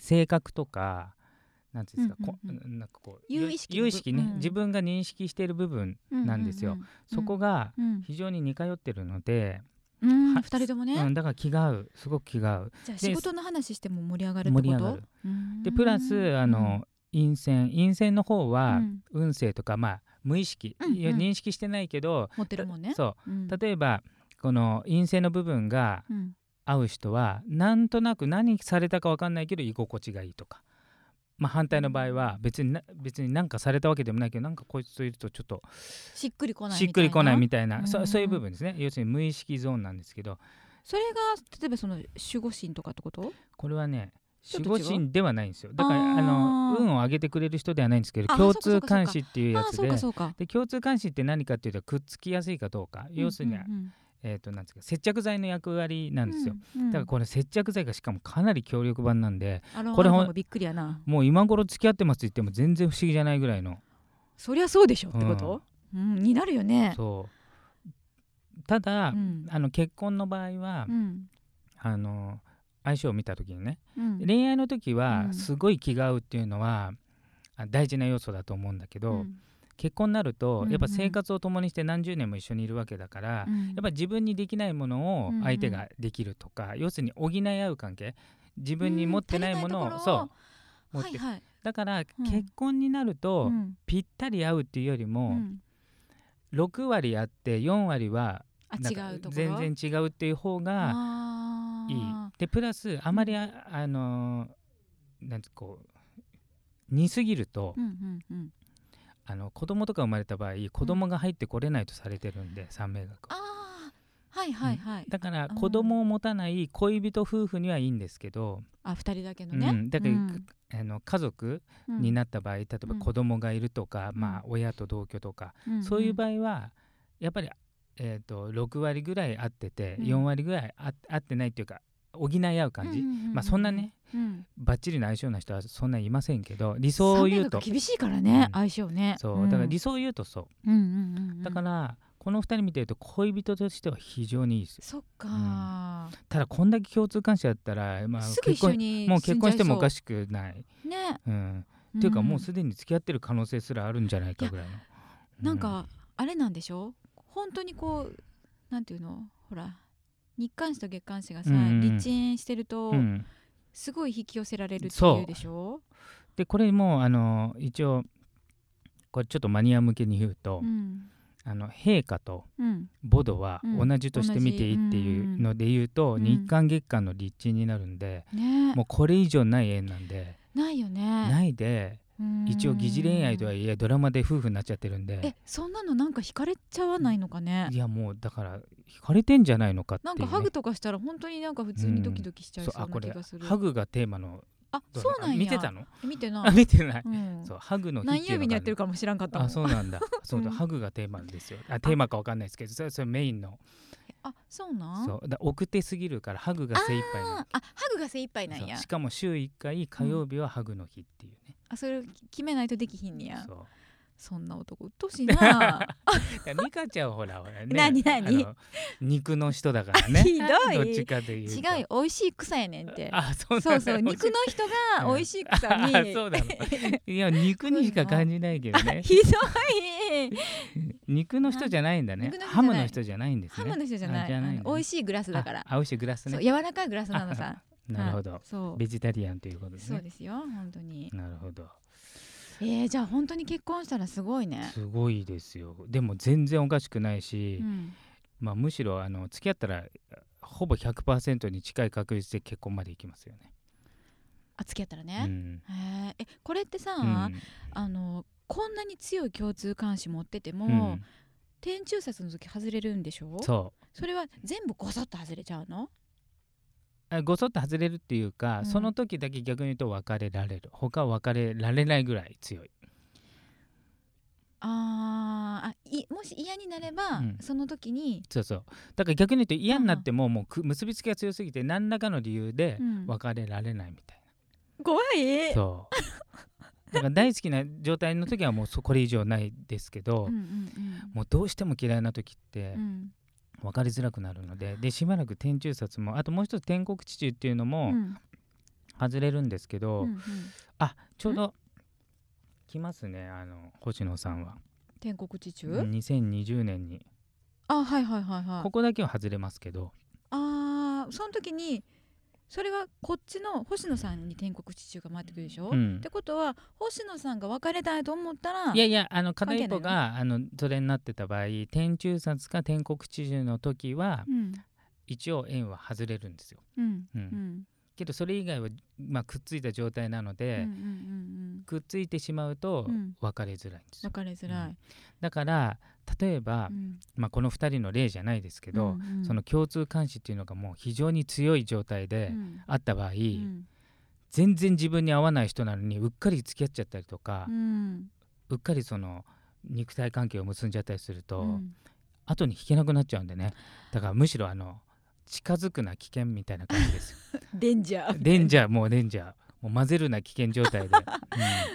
Speaker 2: 性格とかなんていうんですか、こ
Speaker 1: うんうん
Speaker 2: なんかこう
Speaker 1: 有意識の部
Speaker 2: 有識ね、
Speaker 1: うん
Speaker 2: 自分が認識している部分なんですよ、そこが
Speaker 1: うんうん
Speaker 2: 非常に似通ってるので、
Speaker 1: うんうん
Speaker 2: は
Speaker 1: 二人ともね、
Speaker 2: うん、だから気が合うすごく気が合う
Speaker 1: じゃあ
Speaker 2: で
Speaker 1: 仕事の話しても盛り上がるってこと
Speaker 2: 盛り上がるで
Speaker 1: うーん
Speaker 2: プラスあの、陰線陰線の方
Speaker 1: うん
Speaker 2: は、
Speaker 1: うん
Speaker 2: 運勢とかまあ無意識、
Speaker 1: うんうん
Speaker 2: いや認識してないけど
Speaker 1: 持ってるもんね、、
Speaker 2: そううん例えばこの陰性の部分が
Speaker 1: うん
Speaker 2: 合う人はなんとなく何されたか分かんないけど居心地がいいとか、まあ、反対の場合は別にな別に何かされたわけでもないけどなんかこいつといるとちょっと
Speaker 1: しっくりこない
Speaker 2: しっくりこないみたいな
Speaker 1: うん
Speaker 2: そそういう部分ですね要するに無意識ゾーンなんですけど
Speaker 1: それが例えばその守護神とかってこと
Speaker 2: これはね
Speaker 1: ちょっ
Speaker 2: 守
Speaker 1: と違う
Speaker 2: 護神ではないんですよだから
Speaker 1: あー
Speaker 2: あの運を上げてくれる人ではないんですけど
Speaker 1: あ
Speaker 2: 共
Speaker 1: そ
Speaker 2: 通
Speaker 1: うかそうかそう
Speaker 2: 監
Speaker 1: か
Speaker 2: 視っていうや
Speaker 1: ああ
Speaker 2: つ
Speaker 1: そう
Speaker 2: で
Speaker 1: かそうか
Speaker 2: で共通監視って何かっていうとくっつきやすいかどうか要するに
Speaker 1: うんうん
Speaker 2: えー、となんですか接着剤の役割な
Speaker 1: うん
Speaker 2: んですよ、
Speaker 1: うん
Speaker 2: だからこれ接着剤がしかもかなり強力版なんで
Speaker 1: あの
Speaker 2: これほ
Speaker 1: あ
Speaker 2: ん
Speaker 1: の子もびっくりやな
Speaker 2: もう今頃付き合ってますって言っても全然不思議じゃないぐらいの
Speaker 1: そりゃそうでしょってこと、うんになるよね
Speaker 2: そうただ、
Speaker 1: うん
Speaker 2: あの結婚の場合は、
Speaker 1: うん
Speaker 2: あの相性を見た時にね、
Speaker 1: うん
Speaker 2: 恋愛の時
Speaker 1: う
Speaker 2: は
Speaker 1: ん
Speaker 2: すごい気が合うっていうのは、あ大事な要素だと思うんだけど、
Speaker 1: うん
Speaker 2: 結婚になる
Speaker 1: うん
Speaker 2: と
Speaker 1: うん
Speaker 2: やっぱ生活を共にして何十年も一緒にいるわけだから、
Speaker 1: うん
Speaker 2: やっぱ自分にできないものを
Speaker 1: うんうん
Speaker 2: 相手ができるとか、要するに補い合う関係自分に持ってないものを,、
Speaker 1: うん足りないところ
Speaker 2: そう持っ
Speaker 1: は
Speaker 2: て
Speaker 1: いはい、
Speaker 2: だから
Speaker 1: うん
Speaker 2: 結婚になると、
Speaker 1: うん
Speaker 2: ぴったり合うっていうより
Speaker 1: う
Speaker 2: も、
Speaker 1: ん
Speaker 2: 6割あって4割は
Speaker 1: あ
Speaker 2: なん
Speaker 1: 違
Speaker 2: か
Speaker 1: うところ
Speaker 2: 全然違うっていう方が
Speaker 1: あ
Speaker 2: いい
Speaker 1: ー。
Speaker 2: でプラスあまりあ、あのーなんてこう似すぎると、
Speaker 1: うんうんうん
Speaker 2: あの子供とか生まれた場合子供が入ってこれないとされてるんで、三名学は。
Speaker 1: あーはいはいはい、
Speaker 2: だから
Speaker 1: うん
Speaker 2: 子供を持たない恋人夫婦にはいいんですけど、
Speaker 1: あ二人だけの
Speaker 2: う
Speaker 1: ね、
Speaker 2: んだから、
Speaker 1: うん
Speaker 2: あの家族になった場合例えば子供がいるとか、まあ、親と同居とか、
Speaker 1: うん
Speaker 2: そういう場合はやっぱり、えー、と6割ぐらい合ってて、
Speaker 1: うん
Speaker 2: 4割ぐらいあ合ってないっていうか補い合う感じ、
Speaker 1: うんうんうんうん
Speaker 2: まあ、そんなね
Speaker 1: うん
Speaker 2: ばっちりの相性な人はそんないませんけど理想を言うと
Speaker 1: 三名学厳しいからね、
Speaker 2: うん
Speaker 1: 相性ね
Speaker 2: そうだから理
Speaker 1: ス、
Speaker 2: 想を言うとそう、
Speaker 1: うんうんうんうん、
Speaker 2: だからこの2人見てると恋人としては非常にいいですよ
Speaker 1: そっか、
Speaker 2: ただこんだけ共通関心だったら、まあ、
Speaker 1: すぐ一
Speaker 2: 結
Speaker 1: 緒
Speaker 2: 婚
Speaker 1: に
Speaker 2: もう結婚してもおか
Speaker 1: し
Speaker 2: しくない、
Speaker 1: いね
Speaker 2: うん、っていうかもう
Speaker 1: す
Speaker 2: すでに付き合ってる可能性すらあるんじゃないかぐらいの。う
Speaker 1: なん、かあれなんでしょ本当にこうなんていうのほら日刊誌と月刊誌がさ、
Speaker 2: うんうん
Speaker 1: 立地してると、
Speaker 2: うん
Speaker 1: すごい引き寄せられるって
Speaker 2: そう
Speaker 1: いうでしょ
Speaker 2: でこれもあの一応これちょっとマニア向けに言うと、
Speaker 1: うん
Speaker 2: あの陛下と
Speaker 1: うん
Speaker 2: ボドは同じとして見ていいっていうので言うと、
Speaker 1: うん
Speaker 2: 日韓月間の立地になるんで、
Speaker 1: ね
Speaker 2: もうこれ以上ない縁なんで、
Speaker 1: ないよね
Speaker 2: ないで
Speaker 1: うん
Speaker 2: 一応疑似恋愛とはいえドラマで夫婦になっちゃってるん
Speaker 1: え
Speaker 2: で
Speaker 1: そんなのなんか惹かれちゃわないのかね
Speaker 2: いやもうだから惹かれてんじゃないのかってい
Speaker 1: な
Speaker 2: うんね、
Speaker 1: かハグとかしたら本当になんか普通にドキドキしちゃい
Speaker 2: そう
Speaker 1: そ
Speaker 2: あ
Speaker 1: うな
Speaker 2: これ
Speaker 1: 気がする、
Speaker 2: ハグがテーマの
Speaker 1: あ
Speaker 2: ド
Speaker 1: そ
Speaker 2: ラマ
Speaker 1: うなんや
Speaker 2: あ見てたの
Speaker 1: え見てな
Speaker 2: あ
Speaker 1: い、
Speaker 2: 見てない、
Speaker 1: うん
Speaker 2: そうハグの日
Speaker 1: 何
Speaker 2: ってい
Speaker 1: 曜
Speaker 2: うの
Speaker 1: 日に
Speaker 2: が
Speaker 1: や
Speaker 2: ある
Speaker 1: ってるかも知らんかったもん
Speaker 2: あそうな んだそう
Speaker 1: う
Speaker 2: だ、
Speaker 1: ん
Speaker 2: ハグがテーマですよあテーマかわかんないですけどそれそれメインの
Speaker 1: あそうなん
Speaker 2: そうだ奥手すぎるからハグが精一杯な
Speaker 1: ああハグが精一杯なん
Speaker 2: の
Speaker 1: や
Speaker 2: そうしかも週1回火曜日はハグの日っていうね、
Speaker 1: あそれを決めないとできひんねや
Speaker 2: そう
Speaker 1: そんな男うっとうしいな
Speaker 2: だから美香ちゃんはほらほらね
Speaker 1: 何何
Speaker 2: あの肉の人だから ね
Speaker 1: ひどい
Speaker 2: どっちかというと
Speaker 1: 違うよ美味しい草やねんって
Speaker 2: あそうなんだ
Speaker 1: そうそう肉の人が美味しい草に
Speaker 2: あ そうなのいや肉にしか感じないけどね
Speaker 1: ひどい
Speaker 2: 肉の人じゃないんだね
Speaker 1: 肉の人じゃない
Speaker 2: ハムの人じゃないんです
Speaker 1: ハ
Speaker 2: ね
Speaker 1: ムの人じゃない
Speaker 2: あじゃないんだね
Speaker 1: あの美味しいグラスだから
Speaker 2: あ美味しいグラス
Speaker 1: そう
Speaker 2: ね
Speaker 1: 柔らかいグラスなのさ
Speaker 2: なるほど、
Speaker 1: はいそう
Speaker 2: ベジタリアンということです
Speaker 1: そう
Speaker 2: ね
Speaker 1: ですよ本当に
Speaker 2: なるほど
Speaker 1: えー、じゃあ本当に結婚したらすごいね
Speaker 2: すごいですよでも全然おかしくないし、
Speaker 1: うん
Speaker 2: まあ、むしろあの付き合ったらほぼ100%に近い確率で結婚までいきますよね。
Speaker 1: あ付き合ったら
Speaker 2: う
Speaker 1: ね、
Speaker 2: ん
Speaker 1: へーえこれってさ、
Speaker 2: うん
Speaker 1: あのこんなに強い共通関心持ってても、
Speaker 2: うん
Speaker 1: 天中殺の時外れるんでしょ
Speaker 2: そう
Speaker 1: それは全部ごそっと外れちゃうの
Speaker 2: あごそっと外れるっていうか、
Speaker 1: うん
Speaker 2: その時だけ逆に言うと別れられる他は別れられないぐらい強い。
Speaker 1: あーあいもし嫌になれば、
Speaker 2: うん
Speaker 1: その時に、
Speaker 2: そうそうだから逆に言うと嫌になってももうく結びつきが強すぎて何らかの理由で
Speaker 1: うん
Speaker 2: 別れられないみたいな。
Speaker 1: 怖い
Speaker 2: そうだから大好きな状態の時はもうそこれ以上ないですけど、
Speaker 1: うんうん
Speaker 2: もうどうしても嫌いな時って、
Speaker 1: うんうん
Speaker 2: 分かりづらくなるのででしばらく天中札もあともう一つ天国地中っていうの
Speaker 1: うん
Speaker 2: も外れるんですけど、
Speaker 1: うんうん
Speaker 2: あちょうど来ますねあの星野さんは
Speaker 1: 天国地中、
Speaker 2: 2020年に
Speaker 1: あはいはいはいはい
Speaker 2: ここだけは外れますけど
Speaker 1: あーその時にそれはこっちの星野さんに天国地中が回ってくるでしょ、
Speaker 2: う
Speaker 1: っ
Speaker 2: ん
Speaker 1: てことは星野さんが別れたいと思ったら
Speaker 2: いやいやあの片
Speaker 1: 係ない
Speaker 2: 一
Speaker 1: の
Speaker 2: 方があのそれになってた場合天中札か天国地中の時は
Speaker 1: うん
Speaker 2: 一応円は外れるんですよ、
Speaker 1: うん
Speaker 2: うん
Speaker 1: うん
Speaker 2: けどそれ以外は、まあ、くっついた状態なの
Speaker 1: うんうんう
Speaker 2: で、
Speaker 1: ん
Speaker 2: くっついてしまうと
Speaker 1: うん
Speaker 2: 別れづらいんですよ、
Speaker 1: 別れづらい、
Speaker 2: だから例えば、
Speaker 1: うん
Speaker 2: まあ、この2人の例じゃないですけ
Speaker 1: う
Speaker 2: ど、
Speaker 1: んうん
Speaker 2: その共通監視っていうのがもう非常に強い状態
Speaker 1: う
Speaker 2: で
Speaker 1: ん
Speaker 2: あった場合、
Speaker 1: うん
Speaker 2: 全然自分に合わない人なのにうっかり付き合っちゃったりとか
Speaker 1: う、ん
Speaker 2: うっかりその肉体関係を結んじゃったりすると、
Speaker 1: うん
Speaker 2: 後に引けなくなっちゃうんでねだからむしろあの近づくな危険みたいな感じ ですよ
Speaker 1: デンジャー
Speaker 2: デンジャーもうデンジャーもう混ぜるな危険状態で、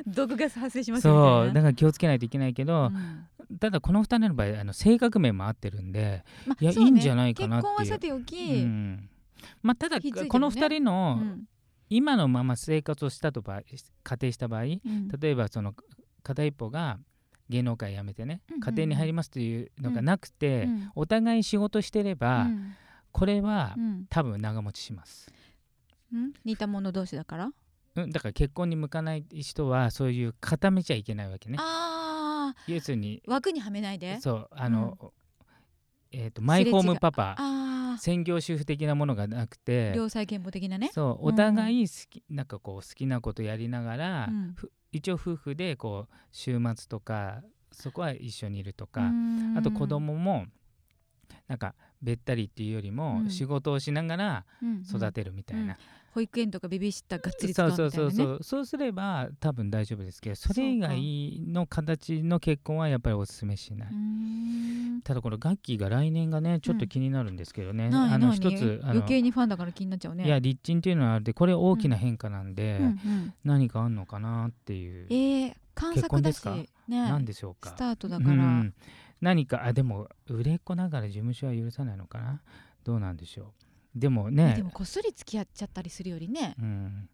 Speaker 1: 毒ガス発生し
Speaker 2: う
Speaker 1: ま
Speaker 2: ん、
Speaker 1: すよ
Speaker 2: そう
Speaker 1: ね
Speaker 2: だから気をつけないといけないけど、
Speaker 1: ん
Speaker 2: ただこの2人の場合あの性格面も合ってるんで、
Speaker 1: ま
Speaker 2: いや
Speaker 1: そうね
Speaker 2: いいんじゃないかなってい
Speaker 1: 結
Speaker 2: う
Speaker 1: 婚はさておき、
Speaker 2: うんまあ、ただ
Speaker 1: 気づいてもね
Speaker 2: この2人
Speaker 1: う
Speaker 2: の
Speaker 1: ん
Speaker 2: 今のまま生活をしたとば仮定した場合例
Speaker 1: うん
Speaker 2: えばその片一方が芸能界辞めてね
Speaker 1: うんうん
Speaker 2: 家庭に入りますというのがなく
Speaker 1: う
Speaker 2: て、
Speaker 1: ん
Speaker 2: お互い仕事してれ
Speaker 1: う
Speaker 2: ば、
Speaker 1: ん
Speaker 2: これは
Speaker 1: うん
Speaker 2: 多分長持ちします、
Speaker 1: うん似た者同士だから、
Speaker 2: うん、だから結婚に向かない人はそういう固めちゃいけないわけね
Speaker 1: ああ
Speaker 2: 要するに
Speaker 1: 枠にはめないで
Speaker 2: そうあの、えー、とマイホームパパ
Speaker 1: あ
Speaker 2: 専業主婦的なものがなく
Speaker 1: あ
Speaker 2: て
Speaker 1: 両妻憲法的なね
Speaker 2: そう
Speaker 1: うん
Speaker 2: お互い好き、なんかこう好きなことやりながら、
Speaker 1: うん
Speaker 2: ふ一応夫婦でこう週末とかそこは一緒にいるとか、
Speaker 1: あ
Speaker 2: あと子供もなんかべったりっていうより
Speaker 1: う
Speaker 2: も
Speaker 1: ん
Speaker 2: 仕事をしながら育てるみたいな、
Speaker 1: うんうん保育園とかベビーシッターがっつり使
Speaker 2: そうう
Speaker 1: みた
Speaker 2: そ
Speaker 1: いな、
Speaker 2: う
Speaker 1: ね、
Speaker 2: そうそうそうすれば多分大丈夫ですけどそれ以外の形の結婚はやっぱりおすすめしない。
Speaker 1: うーん
Speaker 2: ただこのガッキーが来年がねちょっと気になるんですけどね、
Speaker 1: 何
Speaker 2: あ
Speaker 1: 何
Speaker 2: の一つあの
Speaker 1: 余計にファンだから気になっちゃうね
Speaker 2: いや立陳っていうのはあるでこれ大きな変化なんで、
Speaker 1: うんうん
Speaker 2: 何かあんのかなっていう、
Speaker 1: えー、観
Speaker 2: 結
Speaker 1: 察
Speaker 2: 婚
Speaker 1: だ
Speaker 2: で
Speaker 1: し
Speaker 2: すかなん
Speaker 1: ね
Speaker 2: でしょうか
Speaker 1: スタートだから、
Speaker 2: うん何かあでも売れっ子ながら事務所は許さないのかなどうなんでしょうでもね
Speaker 1: でもこっそり付き合っちゃったりするよりね
Speaker 2: うん、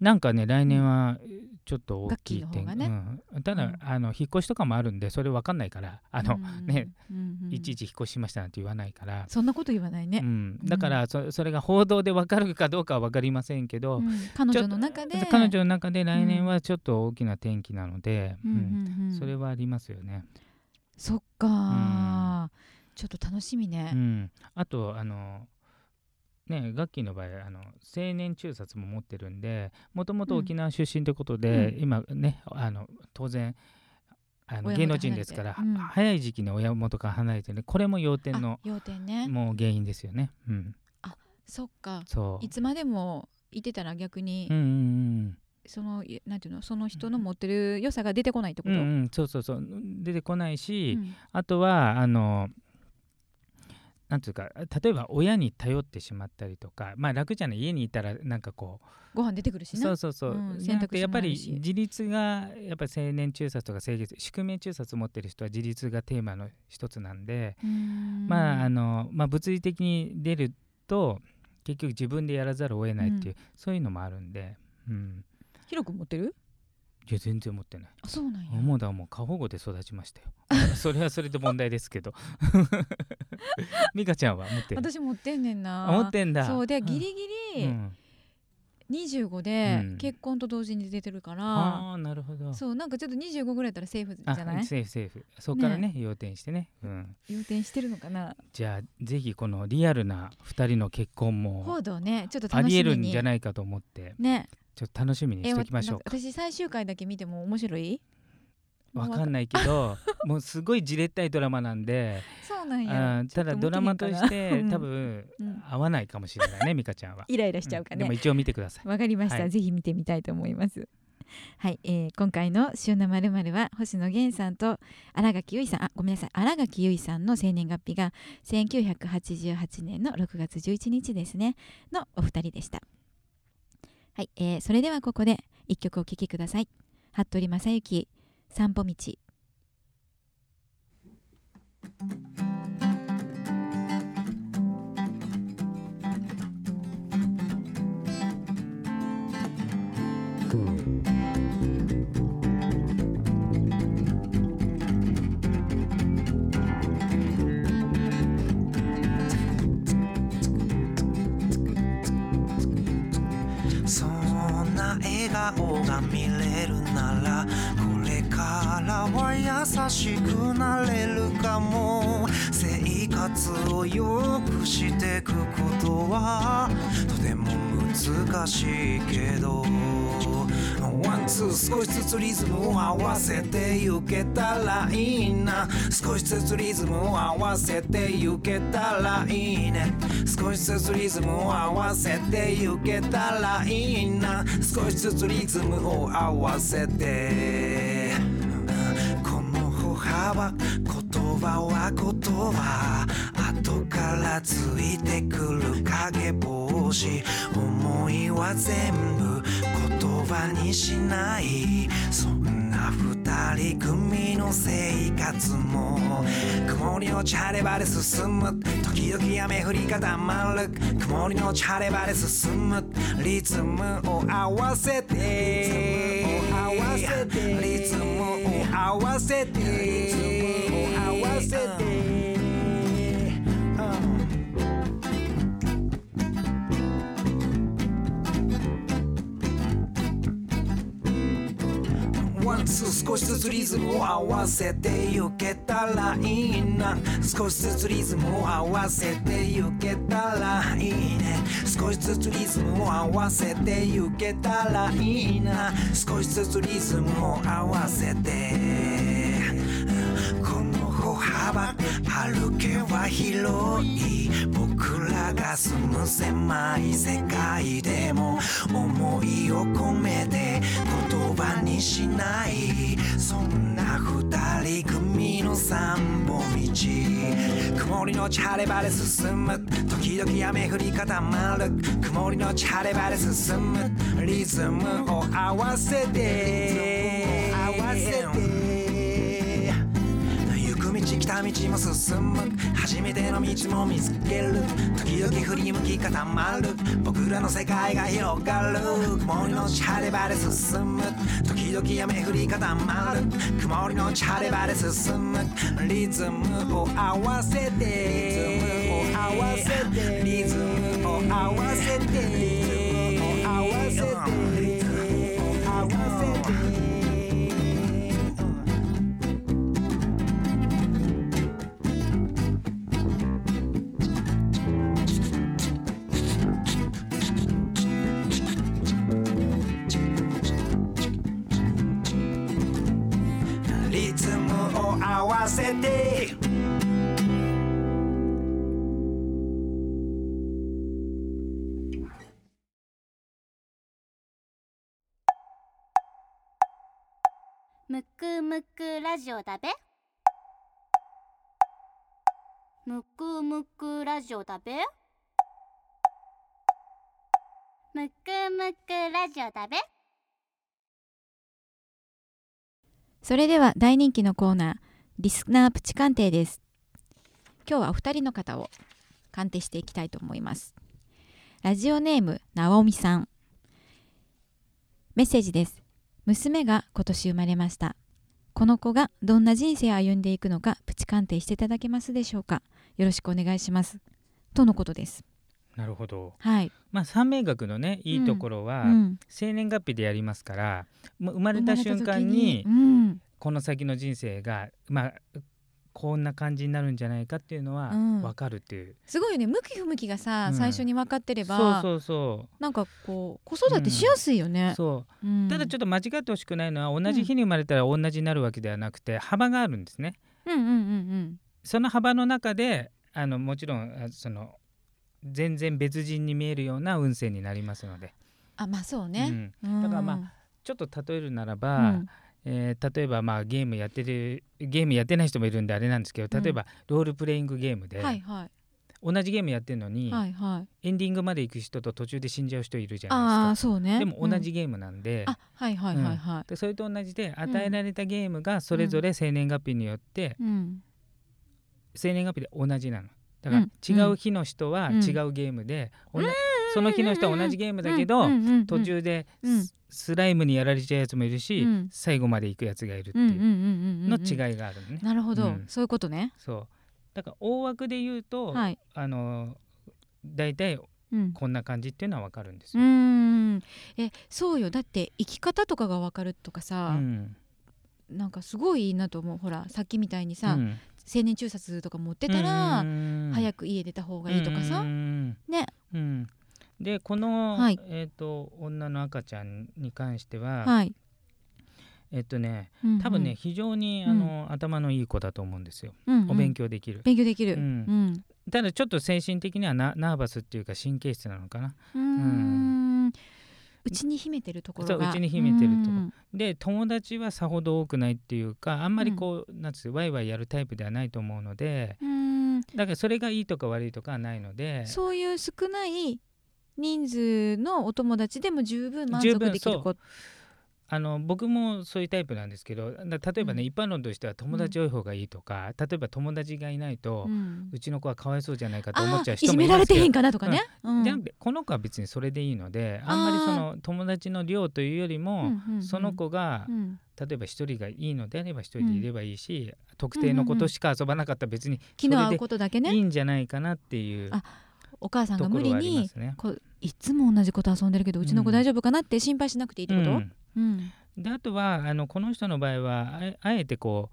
Speaker 2: なんかね来年はちょっと大きい
Speaker 1: 楽器の
Speaker 2: 点、
Speaker 1: 方がね
Speaker 2: うん、ただ、
Speaker 1: うん
Speaker 2: あの引っ越しとかもあるんでそれ分かんないからあの、ね、
Speaker 1: うんうんうん
Speaker 2: いちいち引っ越ししましたなんて言わないから、
Speaker 1: そんなこと言わないね
Speaker 2: う、ん、だからそそれが報道で分かるかどうかは分かりませんけど、
Speaker 1: うん彼女の中で
Speaker 2: 彼女の中で来年はちょっと大きな転機なので、
Speaker 1: うん
Speaker 2: うん
Speaker 1: うんうん
Speaker 2: それはありますよね。
Speaker 1: そっかー、ちょっと楽しみ
Speaker 2: う
Speaker 1: ね、
Speaker 2: ん、あとあのね楽器の場合あの青年中殺も持ってるんでもともと沖縄出身ということで、
Speaker 1: う
Speaker 2: 今ねあの当然あの
Speaker 1: 親元
Speaker 2: 芸能人ですから、
Speaker 1: 離れてうん
Speaker 2: 早い時期に親元から離れてねこれも要点
Speaker 1: あ
Speaker 2: の
Speaker 1: 要点ね
Speaker 2: もう原因ですよね。うん、
Speaker 1: そっか
Speaker 2: そう
Speaker 1: いつまでもいてたら逆に、
Speaker 2: うんうん
Speaker 1: そのいなんていうのその人の持ってる良さが出てこないってこ
Speaker 2: うんう
Speaker 1: と、
Speaker 2: んうんそうそうそう出てこないし、
Speaker 1: うん
Speaker 2: あとはあのなんていうか例えば親に頼ってしまったりとかまあ楽じゃない家にいたらなんかこ
Speaker 1: ご飯出てくる
Speaker 2: う
Speaker 1: し
Speaker 2: そ
Speaker 1: な
Speaker 2: うそうそう、
Speaker 1: うん
Speaker 2: じゃなく
Speaker 1: 選択肢
Speaker 2: て
Speaker 1: も
Speaker 2: やっぱり
Speaker 1: あるし
Speaker 2: 自立がやっぱり青年中殺とか性別宿命中殺持ってる人は自立がテーマの一つなんで、まああ
Speaker 1: の
Speaker 2: のまあ、物理的に出ると結局自分でやらざるを得ないっていう、そういうのもあるんで、うん、
Speaker 1: 広く持ってる
Speaker 2: いや全然持ってない。
Speaker 1: あそうなんや
Speaker 2: もうだもう過保護で育ちましたよ それはそれで問題ですけど 美香ちゃんは持ってる
Speaker 1: 私持ってんねんな
Speaker 2: あ持ってんだ
Speaker 1: そうでギリ
Speaker 2: う
Speaker 1: ギ
Speaker 2: んう
Speaker 1: リ
Speaker 2: ん
Speaker 1: 25で
Speaker 2: うん
Speaker 1: 結婚と同時に出てるから、
Speaker 2: ああなるほど
Speaker 1: そうなんかちょっと25ぐらいだったらセーフじゃ
Speaker 2: あ
Speaker 1: ない
Speaker 2: セーフセーフそこからね要点してね、うん、
Speaker 1: 要点してるのかな
Speaker 2: じゃあぜひこのリアルな2人の結婚も
Speaker 1: 報道ねちょっと
Speaker 2: あ
Speaker 1: 楽
Speaker 2: り
Speaker 1: し
Speaker 2: え
Speaker 1: みに
Speaker 2: るんじゃないかと思って
Speaker 1: ね
Speaker 2: ちょっと楽しみにして
Speaker 1: わ
Speaker 2: おきましょうか
Speaker 1: なんか私最終回だけ見ても面白い
Speaker 2: わかんないけ どもうすごいじれったいドラマなんで
Speaker 1: そうなんや
Speaker 2: あーただドラマと
Speaker 1: ちょ
Speaker 2: し
Speaker 1: っと見てへ
Speaker 2: て
Speaker 1: んかな
Speaker 2: 多 分
Speaker 1: うん
Speaker 2: 合わないかもしれないね美香ちゃんは
Speaker 1: イライラしちゃうか
Speaker 2: んでも
Speaker 1: ね
Speaker 2: 一応見てください
Speaker 1: わ、かりました、
Speaker 2: はい
Speaker 1: ぜひ見てみたいと思いますはい、えー今回の「週のまるは星野源さんと新垣結衣さんあごめんなさい新垣結衣さんの生年月日が1988年の6月11日ですねのお二人でしたはい、えーそれではここで一曲お聴きください服部正幸散歩道
Speaker 4: そんな笑顔が見れるならこれからは優しくなれるかも生活を良くしてくことはとても難しいけどワンツー少しずつリズムを合わせてゆけたらいいな少しずつリズムを合わせてゆけたらいいね少しずつリズムを合わせてゆけたらいいな少しずつリズムを合わせてこの歩幅言葉は言葉後からついてくる影帽子思いは全部言葉にしないそんな二人組の生活も曇りのち晴れ場で進む時々雨降り固まる曇りのち晴れ場で進むリズムを合わせてリズムを合わせてリズムを合わせてうんワンツー少しずつリズムを合わせてゆけたらいいな少しずつリズムを合わせてゆけたらいいね少しずつリズムを合わせてゆけたらいいな少しずつリズムを合わせてこの歩幅歩けは広い僕らが住む狭い世界でも思いを込めて言葉にしないそんな二人組の散歩道曇りのち晴れ場で進む時々雨降り固まる曇りのち晴れ場で進むリズムを合わせて合わせて行く道来来た道も進む初めての道も見つける時々振り向き固まる僕らの世界が広がる曇りのち晴れ晴れ進む時々雨降り固まる曇りのち晴れ晴れ進むリズムを合わせてリズムを合わせてリズムを合わせてリズムを合わせてリズムを合わせて
Speaker 3: むくむくラジオだべむくむくラジオだべむくむくラジオだべ
Speaker 1: それでは大人気のコーナーリスナープチ鑑定です今日はお二人の方を鑑定していきたいと思いますラジオネームなおみさんメッセージです娘が今年生まれましたこの子がどんな人生を歩んでいくのかプチ鑑定していただけますでしょうかよろしくお願いしますとのことです
Speaker 2: なるほど
Speaker 1: はい、
Speaker 2: まあ三名学のねいいところは、
Speaker 1: うん、
Speaker 2: 生年月日でやりますからもう生まれた瞬間に
Speaker 1: 生まれた時うん
Speaker 2: この先の人生がまあこんな感じになるんじゃないかっていうのは
Speaker 1: うん
Speaker 2: 分かるっていう、
Speaker 1: すごいよね向き不向きがさ、
Speaker 2: うん
Speaker 1: 最初に分かってれば
Speaker 2: そうそうそ
Speaker 1: なんかこう子育てしやすいよ
Speaker 2: う、
Speaker 1: ね、
Speaker 2: そう
Speaker 1: うん
Speaker 2: ただちょっと間違ってほしくないのは同じ日に生まれたら同じになるわけではなくて幅があるんですね。
Speaker 1: うんうんうん
Speaker 2: その幅の中であのもちろんあその全然別人に見えるような運勢になりますので、
Speaker 1: あまあそうね、
Speaker 2: うん、だからま
Speaker 1: う
Speaker 2: あ
Speaker 1: ん
Speaker 2: ちょっと例えるならば、
Speaker 1: うん
Speaker 2: えー例えばまあゲームやってるゲームやってない人もいるんであれなんですけど例えばロールプレイングゲームで、
Speaker 1: はいは
Speaker 2: 同じゲームやってるの
Speaker 1: い
Speaker 2: に、
Speaker 1: はいはい
Speaker 2: エンディングまで行く人と途中で死んじゃう人いるじゃ
Speaker 1: あ
Speaker 2: な
Speaker 1: あ
Speaker 2: い
Speaker 1: ー
Speaker 2: です
Speaker 1: そう
Speaker 2: か。
Speaker 1: ね
Speaker 2: でも同じ
Speaker 1: うん
Speaker 2: ゲームなんで,、
Speaker 1: あはいはいはいは
Speaker 2: でそれと同じで与えられたゲームがそれぞれ生年月日によって
Speaker 1: い、うん
Speaker 2: 生年月日で同じなのだから
Speaker 1: うん
Speaker 2: 違う日の人は
Speaker 1: うん
Speaker 2: 違うゲームで、おなその日の人は同じゲームだけど、
Speaker 1: うんうんうんうん
Speaker 2: 途中でス,、
Speaker 1: うん
Speaker 2: ライムにやられちゃうやつもいるし、
Speaker 1: うん
Speaker 2: 最後まで行くやつがいるって
Speaker 1: うんうんう
Speaker 2: いうんの
Speaker 1: うんうん
Speaker 2: 違いがあるのね、
Speaker 1: なるほど、
Speaker 2: うん
Speaker 1: そういうことね
Speaker 2: そうだから大枠で言うと、
Speaker 1: はい
Speaker 2: あの大体
Speaker 1: うん
Speaker 2: こんな感じっていうのは分かるんです
Speaker 1: う
Speaker 2: よ、
Speaker 1: ーんえそうよだって生き方とかが分かるとか
Speaker 2: う
Speaker 1: さ、
Speaker 2: ん
Speaker 1: なんかすごいいいなと思うほらさっきみたいにさ、
Speaker 2: うん
Speaker 1: 青年中殺とか持ってたら、
Speaker 2: うん
Speaker 1: 早く家出た方がいいとかさ、
Speaker 2: うん
Speaker 1: ね
Speaker 2: うんでこの、
Speaker 1: はい
Speaker 2: えー、と女の赤ちゃんに関しては、
Speaker 1: はい、
Speaker 2: えっ、とね、
Speaker 1: うんうん
Speaker 2: 多分ね、非常にあの、頭のいい子だと思うんですよ、
Speaker 1: うんうん
Speaker 2: お勉強できる
Speaker 1: 勉強できる、う
Speaker 2: うんんただちょっと精神的にはなナーバスっていうか神経質なのかな
Speaker 1: うーんうちに秘めてるところが
Speaker 2: そううちに秘めてる
Speaker 1: う
Speaker 2: とこ
Speaker 1: ん
Speaker 2: で友達はさほど多くないっていうかあんまりこう、なんつうワイワイやるタイプではないと思うので
Speaker 1: うん
Speaker 2: だからそれがいいとか悪いとかはないので
Speaker 1: そういう少ない人数のお友達でも十分満足できること
Speaker 2: あの僕もそういうタイプなんですけどだ例えばね、
Speaker 1: うん
Speaker 2: 一般論としては友達多い方がいいとか、例えば友達がいないと、
Speaker 1: う
Speaker 2: う
Speaker 1: ん
Speaker 2: ちの子はかわいそうじゃないかと思
Speaker 1: あ
Speaker 2: っち
Speaker 1: あ
Speaker 2: ゃう
Speaker 1: い
Speaker 2: 人
Speaker 1: じ
Speaker 2: も
Speaker 1: め
Speaker 2: いま
Speaker 1: られ
Speaker 2: す
Speaker 1: て
Speaker 2: けど
Speaker 1: へんかなとかね、うん
Speaker 2: じゃなくてこの子は別にそれでいいのであんまりその友達の量というより
Speaker 1: うん
Speaker 2: も、
Speaker 1: うんうん
Speaker 2: その子が、
Speaker 1: うん
Speaker 2: 例えば一人がいいのであれば一人でいればいいし、特定のことしか遊ばなかったら別に
Speaker 1: 気の合うことだけ
Speaker 2: い
Speaker 1: ね
Speaker 2: いんじゃないかなっていう
Speaker 1: あお母さん
Speaker 2: と
Speaker 1: が
Speaker 2: こ
Speaker 1: 無理
Speaker 2: ろはありま
Speaker 1: に
Speaker 2: すね。
Speaker 1: こういつも同じこと遊んでるけどうちの子大丈夫かなって心配しなくていいってこと、
Speaker 2: うん
Speaker 1: うん
Speaker 2: であとはあのこの人の場合はあえあえてこ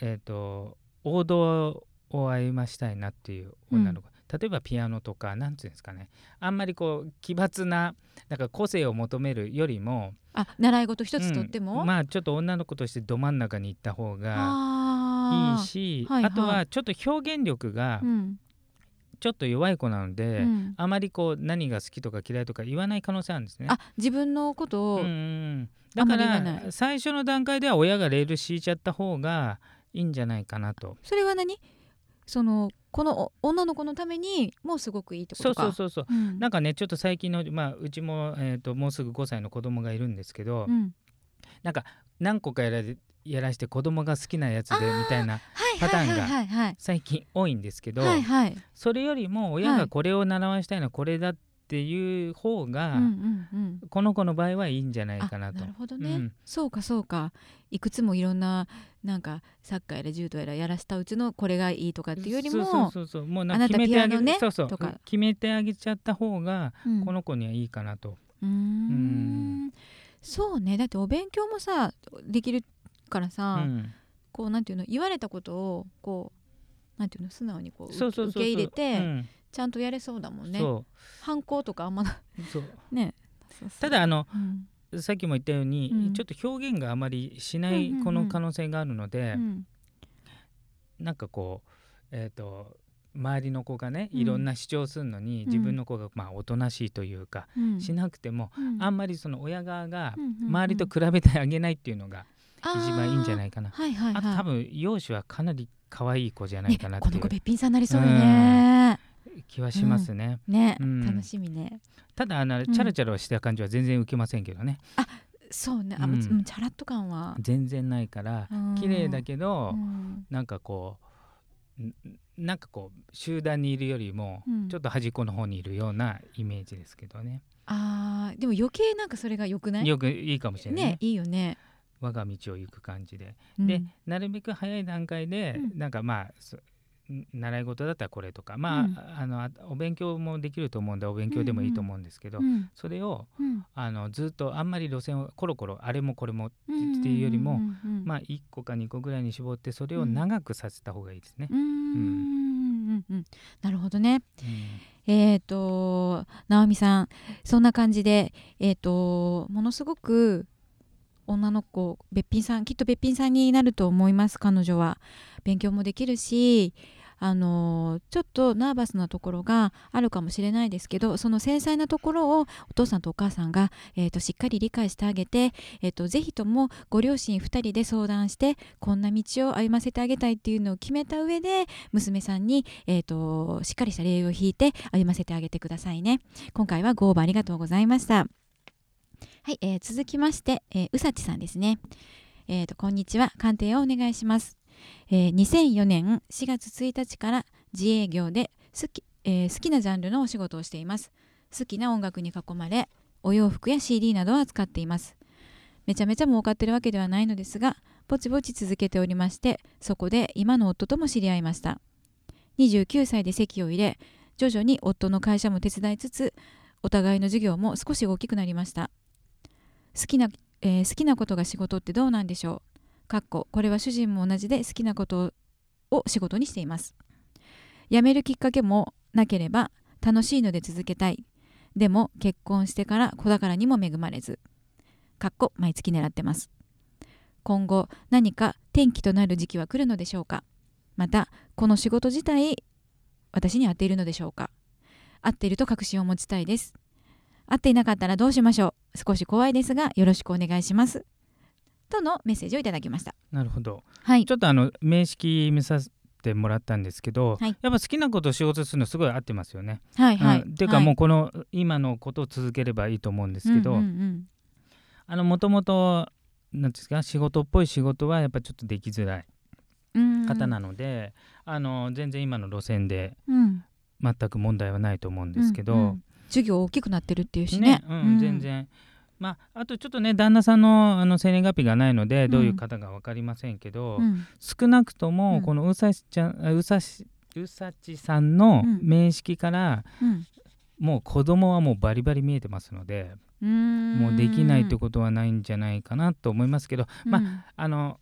Speaker 2: う、えー、と王道を歩ましたいなっていう女の子、例えばピアノとかなんていうんですかねあんまりこう奇抜ななんか個性を求めるよりも、
Speaker 1: あ習い事一つとっても、
Speaker 2: うんまあちょっと女の子としてど真ん中に行った方が
Speaker 1: あ
Speaker 2: いいし
Speaker 1: あー
Speaker 2: あ,、
Speaker 1: はいはい
Speaker 2: とはちょっと表現力が
Speaker 1: ーうん
Speaker 2: ちょっと弱い子なので、
Speaker 1: うん
Speaker 2: あまりこう何が好きとか嫌いとか言わない可能性あるんですね。
Speaker 1: あ自分のことを、
Speaker 2: うんうん
Speaker 1: あ
Speaker 2: だ
Speaker 1: んま
Speaker 2: か
Speaker 1: り言わない
Speaker 2: ら最初の段階では親がレール敷いちゃった方がいいんじゃないかなと。
Speaker 1: それは何そのこのお女の子のためにもうすごくいいってこ
Speaker 2: そう
Speaker 1: とか
Speaker 2: そうそうそう。
Speaker 1: う、ん、
Speaker 2: なんかねちょっと最近の、まあ、うちも、えー、ともうすぐ5歳の子供がいるんですけど、
Speaker 1: うん
Speaker 2: 何個かやられやらして子供が好きなやつで
Speaker 1: あー
Speaker 2: みたいな
Speaker 1: はい
Speaker 2: パタ
Speaker 1: は
Speaker 2: ー
Speaker 1: い
Speaker 2: ン
Speaker 1: はい
Speaker 2: が
Speaker 1: はいはい
Speaker 2: 最近多いんですけど、
Speaker 1: はいはい
Speaker 2: それよりも親がこれを習わしたいのはこれだっていう方
Speaker 1: う
Speaker 2: が、
Speaker 1: んうんうん
Speaker 2: この子の場合はいいんじゃない
Speaker 1: あ
Speaker 2: かなと
Speaker 1: なる。ほどね、
Speaker 2: うん
Speaker 1: そうかそうかいくつもいろんななんかサッカーやら柔道やらやらしたうちのこれがいいとかっていうよりも
Speaker 2: そうそうそうそうもう
Speaker 1: あ
Speaker 2: な
Speaker 1: なん
Speaker 2: か
Speaker 1: た
Speaker 2: 決めてあげ
Speaker 1: ピアノね
Speaker 2: そうそう
Speaker 1: とか
Speaker 2: 決めてあげちゃった方が
Speaker 1: うん
Speaker 2: この子にはいいかなと。
Speaker 1: うーんそうねだってお勉強もさできるから
Speaker 2: う
Speaker 1: さ、
Speaker 2: ん
Speaker 1: こうなんていうの言われたことをこうなんていうの素直にこう
Speaker 2: そうそうそうそう
Speaker 1: 受け入れて、
Speaker 2: うん
Speaker 1: ちゃんとやれそうだもんね
Speaker 2: そ
Speaker 1: 反抗とかあんま な
Speaker 2: うそう
Speaker 1: ねそうそう
Speaker 2: ただあの
Speaker 1: うん
Speaker 2: さっきも言ったように、
Speaker 1: うん
Speaker 2: ちょっと表現があまりしな
Speaker 1: うんうんう
Speaker 2: い
Speaker 1: ん
Speaker 2: この可能性があるので、
Speaker 1: うん
Speaker 2: なんかこうえっ、と周りの子がね
Speaker 1: うん
Speaker 2: いろんな主張するのに、
Speaker 1: ん
Speaker 2: 自分の子がまあおとなしいというか、
Speaker 1: うん
Speaker 2: しなくても、
Speaker 1: うん
Speaker 2: あんまりその親側が
Speaker 1: うんうんうん
Speaker 2: 周りと比べてあげないっていうのが一番いいんじゃないいかな。
Speaker 1: はいはいは
Speaker 2: あ
Speaker 1: い
Speaker 2: と多分容姿はかなり可愛い子じゃない
Speaker 1: ね
Speaker 2: かなって
Speaker 1: こ
Speaker 2: い
Speaker 1: の子べ
Speaker 2: う
Speaker 1: っぴんさんになりそうよね
Speaker 2: 気はしますね。
Speaker 1: ね、
Speaker 2: うん
Speaker 1: 楽しみね
Speaker 2: ただあのチャラチャラした感じは全然受けませんけどね、
Speaker 1: そうねあ、
Speaker 2: うん
Speaker 1: うんチャラッと感は
Speaker 2: 全然ないから
Speaker 1: うん
Speaker 2: 綺麗だけど、
Speaker 1: うん
Speaker 2: なんかこうんなんかこう集団にいるよりも
Speaker 1: うん
Speaker 2: ちょっと端っこの方にいるようなイメージですけどね、
Speaker 1: あーでも余計なんかそれが良くない
Speaker 2: よくいいかもしれないね
Speaker 1: ねいいよね、
Speaker 2: 我が道を行く感じで、
Speaker 1: うん
Speaker 2: でなるべく早い段階で、
Speaker 1: うん
Speaker 2: なんかまあそ習い事だったらこれとかまあ,、
Speaker 1: うん
Speaker 2: あのあお勉強もできると思うんでお勉強でもいいと思うんですけど、
Speaker 1: うん
Speaker 2: それを
Speaker 1: うん
Speaker 2: あのずっとあんまり路線をコロコロあれもこれも
Speaker 1: うんんんん
Speaker 2: っていうよりも
Speaker 1: うん
Speaker 2: まあ1個か2個ぐらいに絞ってそれを長くさせた方がいいですね
Speaker 1: う。んうんうんうんなるほどね。
Speaker 2: うん
Speaker 1: えっ、と直美さんそんな感じでえっ、とものすごく女の子べっぴんさんきっとべっぴんさんになると思います彼女は。勉強もできるしあのちょっとナーバスなところがあるかもしれないですけどその繊細なところをお父さんとお母さんが、えー、としっかり理解してあげて、えー、とぜひともご両親2人で相談してこんな道を歩ませてあげたいっていうのを決めた上で娘さんに、えー、としっかりした礼を引いて歩ませてあげてくださいね。今回はご応募ありがとうございました。はい、えー続きまして、えーうさちさんですね。えー、とこんにちは鑑定をお願いします。えー2004年4月1日から自営業で好き,、えー好きなジャンルのお仕事をしています好きな音楽に囲まれお洋服や CD などを扱っていますめちゃめちゃ儲かってるわけではないのですがぼちぼち続けておりましてそこで今の夫とも知り合いました29歳で籍を入れ徐々に夫の会社も手伝いつつお互いの事業も少し大きくなりました好きな、えー好きなことが仕事ってどうなんでしょうかっここれは主人も同じで好きなことを仕事にしています辞めるきっかけもなければ楽しいので続けたいでも結婚してから子宝にも恵まれずかっこ毎月狙ってます今後何か転機となる時期は来るのでしょうかまたこの仕事自体私に合っているのでしょうか合っていると確信を持ちたいです合っていなかったらどうしましょう少し怖いですがよろしくお願いしますとのメッセージをいただきました
Speaker 2: なるほど
Speaker 1: はい
Speaker 2: ちょっとあの名式見させてもらったんですけど、
Speaker 1: はい
Speaker 2: やっぱ好きなことを仕事するのすごい合ってますよね。
Speaker 1: はいはい。
Speaker 2: うん、っていうかもうこの今のことを続ければいいと思うんですけ
Speaker 1: う
Speaker 2: ど、
Speaker 1: んうん
Speaker 2: あのもともとなんていうんですか仕事っぽい仕事はやっぱちょっとできづらい
Speaker 1: うんうん
Speaker 2: 方なので、あの全然今の路線で
Speaker 1: うん
Speaker 2: 全く問題はないと思うんですけど、
Speaker 1: うんうん授業大きくなってるっていうしね
Speaker 2: ね。うん全。然。まあ、あとちょっとね旦那さんのあの生年月日がないのでどういう方か分かりませんけど、
Speaker 1: うん
Speaker 2: 少なくと
Speaker 1: うん
Speaker 2: もこのうさしちゃん、あうさしうさちさんの
Speaker 1: うん
Speaker 2: 面識から、
Speaker 1: うん
Speaker 2: もう子供はもうバリバリ見えてますので、
Speaker 1: うん
Speaker 2: もうできないってことはないんじゃないかなと思いますけどま
Speaker 1: あ、
Speaker 2: あの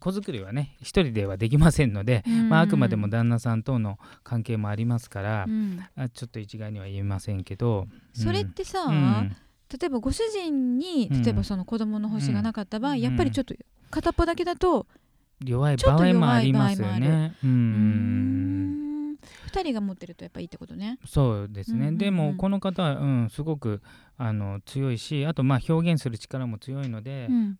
Speaker 2: 子作りはね一人ではできませんので、
Speaker 1: うん
Speaker 2: まあ、あくまでも。旦那さんとの関係もありますから
Speaker 1: う、ん
Speaker 2: あちょっと一概には言えませんけど。
Speaker 1: それってさ、
Speaker 2: うん
Speaker 1: 例えばご主人に
Speaker 2: うん
Speaker 1: 例えばその子供の星がなかった場合、
Speaker 2: うん
Speaker 1: やっぱりちょっと片っぽだけだと、
Speaker 2: 弱い
Speaker 1: ちょ
Speaker 2: 場
Speaker 1: っと
Speaker 2: 合
Speaker 1: 弱い
Speaker 2: もありますよ
Speaker 1: 場合も
Speaker 2: ね。う
Speaker 1: うんん二人が持ってるとやっぱいいってことね。
Speaker 2: そうです
Speaker 1: う
Speaker 2: ね、
Speaker 1: んうんうん
Speaker 2: でもこの方は、うん、すごくあの強いしあとまあ表現する力も強いので、
Speaker 1: うん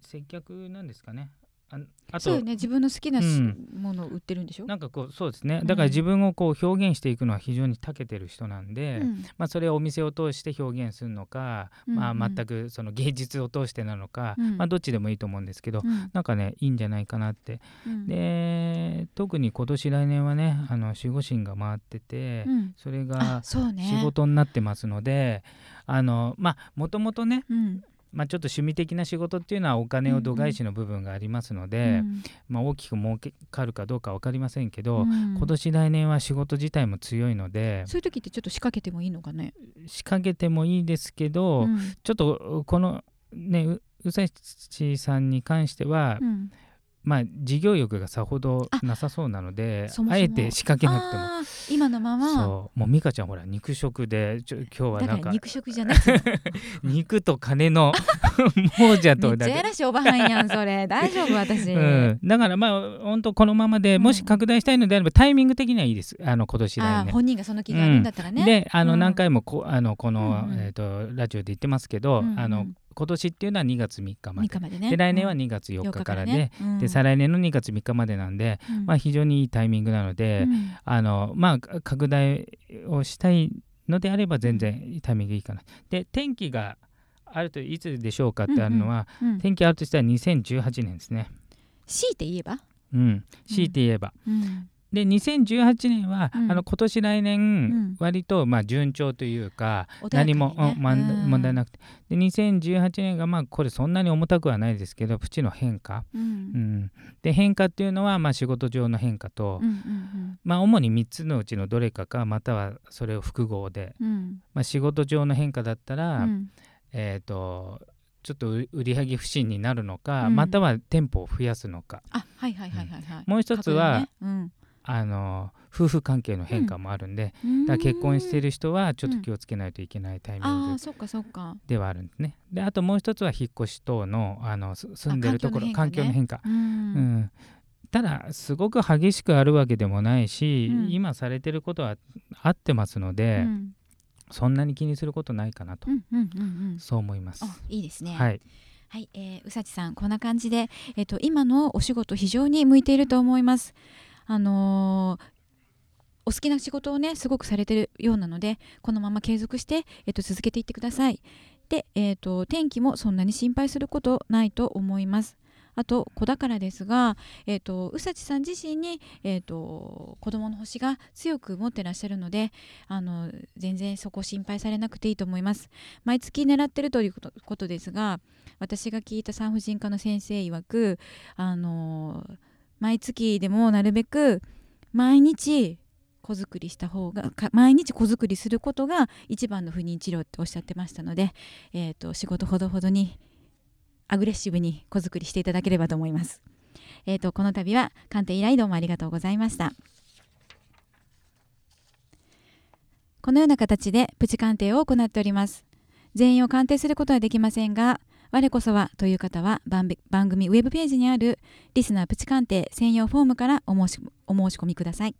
Speaker 2: 接客なんですかねああ
Speaker 1: そう
Speaker 2: と
Speaker 1: よね自分の好きなし
Speaker 2: うん
Speaker 1: ものを売ってるんでしょ、
Speaker 2: なんかこうそうですね
Speaker 1: うん
Speaker 2: だから自分をこう表現していくのは非常に長けてる人なん
Speaker 1: う
Speaker 2: で、
Speaker 1: ん
Speaker 2: まあ、それをお店を通して表現するのか、
Speaker 1: うん
Speaker 2: ま
Speaker 1: う
Speaker 2: あ、
Speaker 1: ん
Speaker 2: 全くその芸術を通してなのか、
Speaker 1: うん
Speaker 2: まあ、どっちでもいいと思うんですけど、
Speaker 1: うん
Speaker 2: なんかねいいんじゃないかなって
Speaker 1: うん
Speaker 2: で特に今年来年はねあの守護神が回ってて、
Speaker 1: うん
Speaker 2: それ
Speaker 1: あ
Speaker 2: が
Speaker 1: そうね
Speaker 2: 仕事になってますので、あのまあもともとね、
Speaker 1: うん
Speaker 2: まあ、ちょっと趣味的な仕事っていうのはお金を度外視の部分がありますので、
Speaker 1: うん
Speaker 2: まあ、大きく儲かるかどうか分かりませんけ
Speaker 1: う
Speaker 2: ど、
Speaker 1: ん
Speaker 2: 今年来年は仕事自体も強いので
Speaker 1: そういう時ってちょっと仕掛けてもいいのかね、
Speaker 2: 仕掛けてもいいですけど、
Speaker 1: うん
Speaker 2: ちょっとこのねう宇佐市さんに関しては、
Speaker 1: うん
Speaker 2: まあ事業欲がさほどなさそうなので
Speaker 1: そもそも
Speaker 2: あえて仕掛けなくても
Speaker 1: あー今のまま
Speaker 2: そうもう美香ちゃんほら肉食でちょ今日は
Speaker 1: だ
Speaker 2: な
Speaker 1: か
Speaker 2: ん
Speaker 1: ら
Speaker 2: か
Speaker 1: 肉食じゃ なくて
Speaker 2: 肉と金の 亡者
Speaker 1: め
Speaker 2: と
Speaker 1: っち
Speaker 2: だ
Speaker 1: ゃや
Speaker 2: け。
Speaker 1: らしいおばはんやんそれ大丈夫私、
Speaker 2: うん、だからまあ本当このままで
Speaker 1: うん
Speaker 2: もし拡大したいのであればタイミング的にはいいですあの今年
Speaker 1: あ
Speaker 2: 来
Speaker 1: ー
Speaker 2: 年。
Speaker 1: 本人がその気があるんだったらね、
Speaker 2: であ
Speaker 1: う
Speaker 2: の
Speaker 1: ん
Speaker 2: 何回もこ,、あのこの、
Speaker 1: うんうん
Speaker 2: えー、とラジオで言ってますけど、
Speaker 1: うんうん
Speaker 2: あの今年っていうのは2月3日ま
Speaker 1: 3
Speaker 2: で
Speaker 1: 日までね
Speaker 2: で来年は
Speaker 1: うん
Speaker 2: 2月4日からで,、
Speaker 1: うん
Speaker 2: で再来年の2月3日までなんで、
Speaker 1: うん
Speaker 2: まあ、非常にいいタイミングなので、
Speaker 1: うん
Speaker 2: あのまあか拡大をしたいのであれば全然タイミングいいかな。で天気があるといつでしょうかってあるのは、
Speaker 1: うん
Speaker 2: 天気あるとしたら2018年ですね。
Speaker 1: 強いて言えば、
Speaker 2: うん、強いて言えば、
Speaker 1: うん
Speaker 2: で2018年は、
Speaker 1: うん
Speaker 2: あの今年来
Speaker 1: ん
Speaker 2: 年割とまあ順調というか、
Speaker 1: 穏やかにね
Speaker 2: 何も、うんまん
Speaker 1: うん
Speaker 2: 問題なくてで2018年がまあこれそんなに重たくはないですけどプチの変化、
Speaker 1: うん
Speaker 2: う
Speaker 1: うん
Speaker 2: ん、で変化っていうのはまあ仕事上の変化と、
Speaker 1: うん
Speaker 2: まあ、主に3つのうちのどれかかまたはそれを複合で、
Speaker 1: うんうん
Speaker 2: まあ、仕事上の変化だったら、
Speaker 1: うん
Speaker 2: えっ、とちょっと売売り上げ不振になるのか、
Speaker 1: うん
Speaker 2: または店舗を増やすのか
Speaker 1: あはいはいはいはいはい
Speaker 2: もう一つは、
Speaker 1: かっこいいね
Speaker 2: あの夫婦関係の変化もあるんで、
Speaker 1: うん、
Speaker 2: だから結婚して
Speaker 1: る
Speaker 2: る人はちょっと気をつけないといけないタイミ
Speaker 1: あ
Speaker 2: ン
Speaker 1: あ
Speaker 2: グ
Speaker 1: そっかそっか
Speaker 2: ではあるんですね。であともう一つは引っ越し等のあのす住んでるとこ
Speaker 1: あ
Speaker 2: ろ
Speaker 1: 環
Speaker 2: 環
Speaker 1: 境
Speaker 2: 境
Speaker 1: の
Speaker 2: の変化。
Speaker 1: う
Speaker 2: うん
Speaker 1: ん、
Speaker 2: ただすごく激しくあるわけでもないし、
Speaker 1: うん
Speaker 2: 今されてることは合ってますの
Speaker 1: う
Speaker 2: で、
Speaker 1: ん
Speaker 2: そんなに気にすることないかなと、
Speaker 1: うんうんうんうん
Speaker 2: そう思います。
Speaker 1: あいいですね。、
Speaker 2: はいい、
Speaker 1: はい、えーうさちさんこんな感じで、えっ、と今のお仕事非常に向いていると思います。あのーお好きな仕事をねすごくされてるようなのでこのまま継続して、えっと続けていってくださいで、えっと天気もそんなに心配することないと思いますあと子宝ですが、えっとうさちさん自身に、えっと子供の星が強く持ってらっしゃるのであの全然そこ心配されなくていいと思います毎月狙ってるということことですが私が聞いた産婦人科の先生曰くあの毎月でもなるべく毎日子作りした方がか毎日子作りすることが一番の不妊治療っておっしゃってましたので、えー、と仕事ほどほどにアグレッシブに子作りしていただければと思います。えー、とこの度は鑑定依頼どうもありがとうございました。このような形でプチ鑑定を行っております。全員を鑑定することはできませんが、我こそはという方は番べ番組ウェブページにあるリスナープチ鑑定専用フォームからお申しお申し込みください。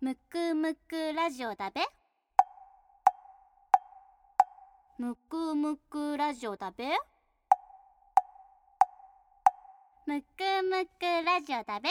Speaker 3: むくむくラジオだべむくむくラジオだべむくむくラジオだべ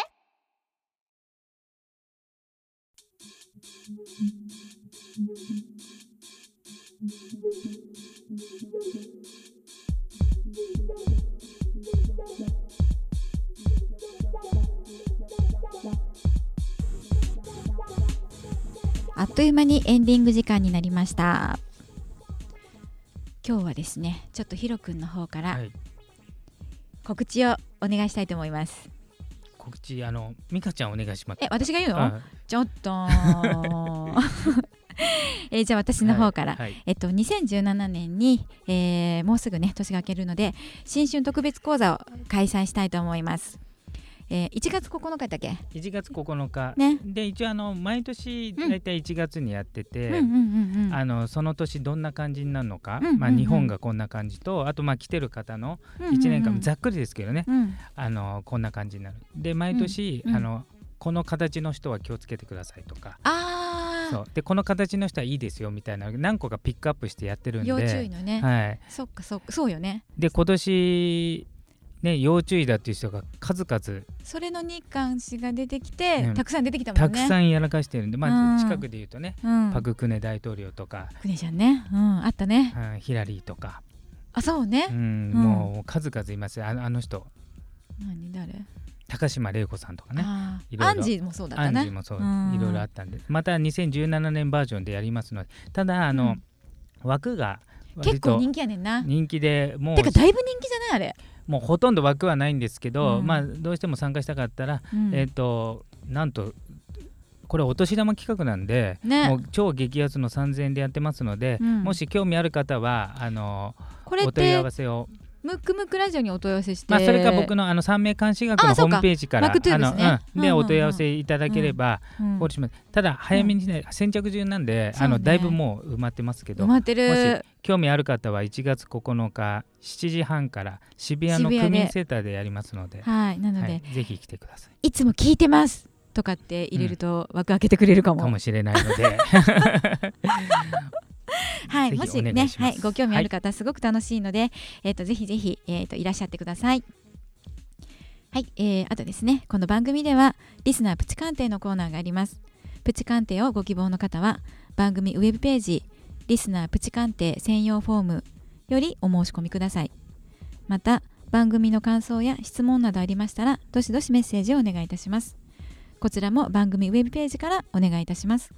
Speaker 1: あっという間にエンディング時間になりました。今日はですね、ちょっとヒロ君の方から
Speaker 2: はい、
Speaker 1: 告知をお願いしたいと思います。
Speaker 2: 告知あの美香ちゃんお願いします。
Speaker 1: え、私が言うの？
Speaker 2: あ
Speaker 1: ちょっと。 えーじゃあ私の方から、
Speaker 2: はいはい
Speaker 1: えっと、2017年に、えーもうすぐね年が明けるので新春特別講座を開催したいと思います、えー1月9日だっけ、
Speaker 2: 1月9日、
Speaker 1: ね
Speaker 2: で一応あの毎年
Speaker 3: うん
Speaker 2: 大体1月にやってて、
Speaker 1: うんうんうんうん
Speaker 2: あのその年どんな感じになるのか、
Speaker 1: うんうんうん
Speaker 2: まあ、日本がこんな感じとあとまあ来てる方の
Speaker 1: うんうんうん
Speaker 2: 1年間、ざっくりですけどね
Speaker 1: うん
Speaker 2: あのこんな感じになるで毎年、
Speaker 1: うんうん
Speaker 2: あのこの形の人は気をつけてくださいとか
Speaker 1: あ
Speaker 2: そうでこの形の人はいいですよみたいな何個かピックアップしてやってるんで
Speaker 1: 要注意のね、
Speaker 2: はい、
Speaker 1: そっかそっかそうよね
Speaker 2: で今年ね要注意だっていう人が数々
Speaker 1: それの日韓氏が出てきて、
Speaker 2: うん
Speaker 1: たくさん出てきたもん
Speaker 2: た
Speaker 1: ね
Speaker 2: くさんやらかしてるんで、ま
Speaker 1: うん
Speaker 2: あ、近くで言うとね、
Speaker 1: うん、
Speaker 2: パク・クネ大統領とか、
Speaker 1: クネちゃんね、うん、あったね
Speaker 2: うんヒラリーとか、
Speaker 1: あそうね
Speaker 2: う、んもう数々いますよあのあの人
Speaker 1: 何誰、
Speaker 2: 高島玲子さんとかね
Speaker 1: あ
Speaker 2: い
Speaker 1: ー
Speaker 2: ろいろ
Speaker 1: アンジーもそうだっ
Speaker 2: ア
Speaker 1: た
Speaker 2: ン
Speaker 1: ね
Speaker 2: ジーもそう
Speaker 1: うん
Speaker 2: いろいろあったんでまた2017年バージョンでやりますのでただあ
Speaker 1: う
Speaker 2: の、
Speaker 1: ん
Speaker 2: 枠が割
Speaker 1: 結構
Speaker 2: と
Speaker 1: 人気やねんな
Speaker 2: 人気でもう
Speaker 1: てかだいぶ人気じゃないあれ、
Speaker 2: もうほとんど枠はないんですけど、
Speaker 1: うん
Speaker 2: まあどうしても参加したかったら、
Speaker 1: うん
Speaker 2: えっ、となんとこれお年玉企画なんで、
Speaker 1: ね
Speaker 2: もう超激安の3000円でやってますので、
Speaker 1: うん
Speaker 2: もし興味ある方はあの
Speaker 1: これっ
Speaker 2: お問い合
Speaker 1: て
Speaker 2: わせを、
Speaker 1: ムックムックラジオにお問い合わせして、
Speaker 2: まあ、それか僕のあの3名監視学
Speaker 1: あ
Speaker 2: のホ
Speaker 1: そう
Speaker 2: ー
Speaker 1: か
Speaker 2: ムページから
Speaker 1: マクトゥ
Speaker 2: あ
Speaker 1: ーで
Speaker 2: の
Speaker 1: すね
Speaker 2: う
Speaker 1: うん
Speaker 2: んで
Speaker 1: うんうん
Speaker 2: お問い合わせいただければ、
Speaker 1: うん
Speaker 2: お送りしますただ早めにね、先着順なんで、
Speaker 1: そうね
Speaker 2: あのだいぶもう埋まってますけど
Speaker 1: 埋まって
Speaker 2: も
Speaker 1: る
Speaker 2: 興味ある方は1月9日7時半から渋谷の
Speaker 1: 渋
Speaker 2: 区
Speaker 1: 谷で
Speaker 2: 民センターでやりますので
Speaker 1: はいなので、
Speaker 2: はい
Speaker 1: い、、
Speaker 2: ぜひ来てください。
Speaker 1: つも聞いてますとかって入れると枠開けてくれるかも、
Speaker 2: かもしれないの で、
Speaker 1: はい、
Speaker 2: ぜひ
Speaker 1: もし
Speaker 2: お願
Speaker 1: ね
Speaker 2: い、し
Speaker 1: は
Speaker 2: ます
Speaker 1: い、ご興味ある方、すごく楽しいので、えっ、と、ぜひぜひ、えっ、と、いらっしゃってください。はい、えー、あとですね、この番組では、リスナープチ鑑定のコーナーがあります。プチ鑑定をご希望の方は、番組ウェブページ、リスナープチ鑑定専用フォームよりお申し込みください。また、番組の感想や質問などありましたら、どしどしメッセージをお願いいたします。こちらも番組ウェブページからお願いいたします。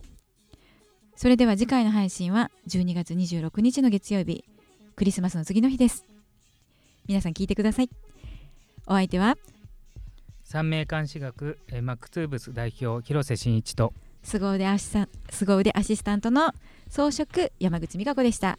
Speaker 1: それでは次回の配信は12月26日の月曜日クリスマスの次の日です皆さん聞いてくださいお相手は
Speaker 2: 三名監視学えーマックツーブス代表広瀬真一と
Speaker 1: 凄腕アシスタン凄腕アシスタントの装飾山口美香子でした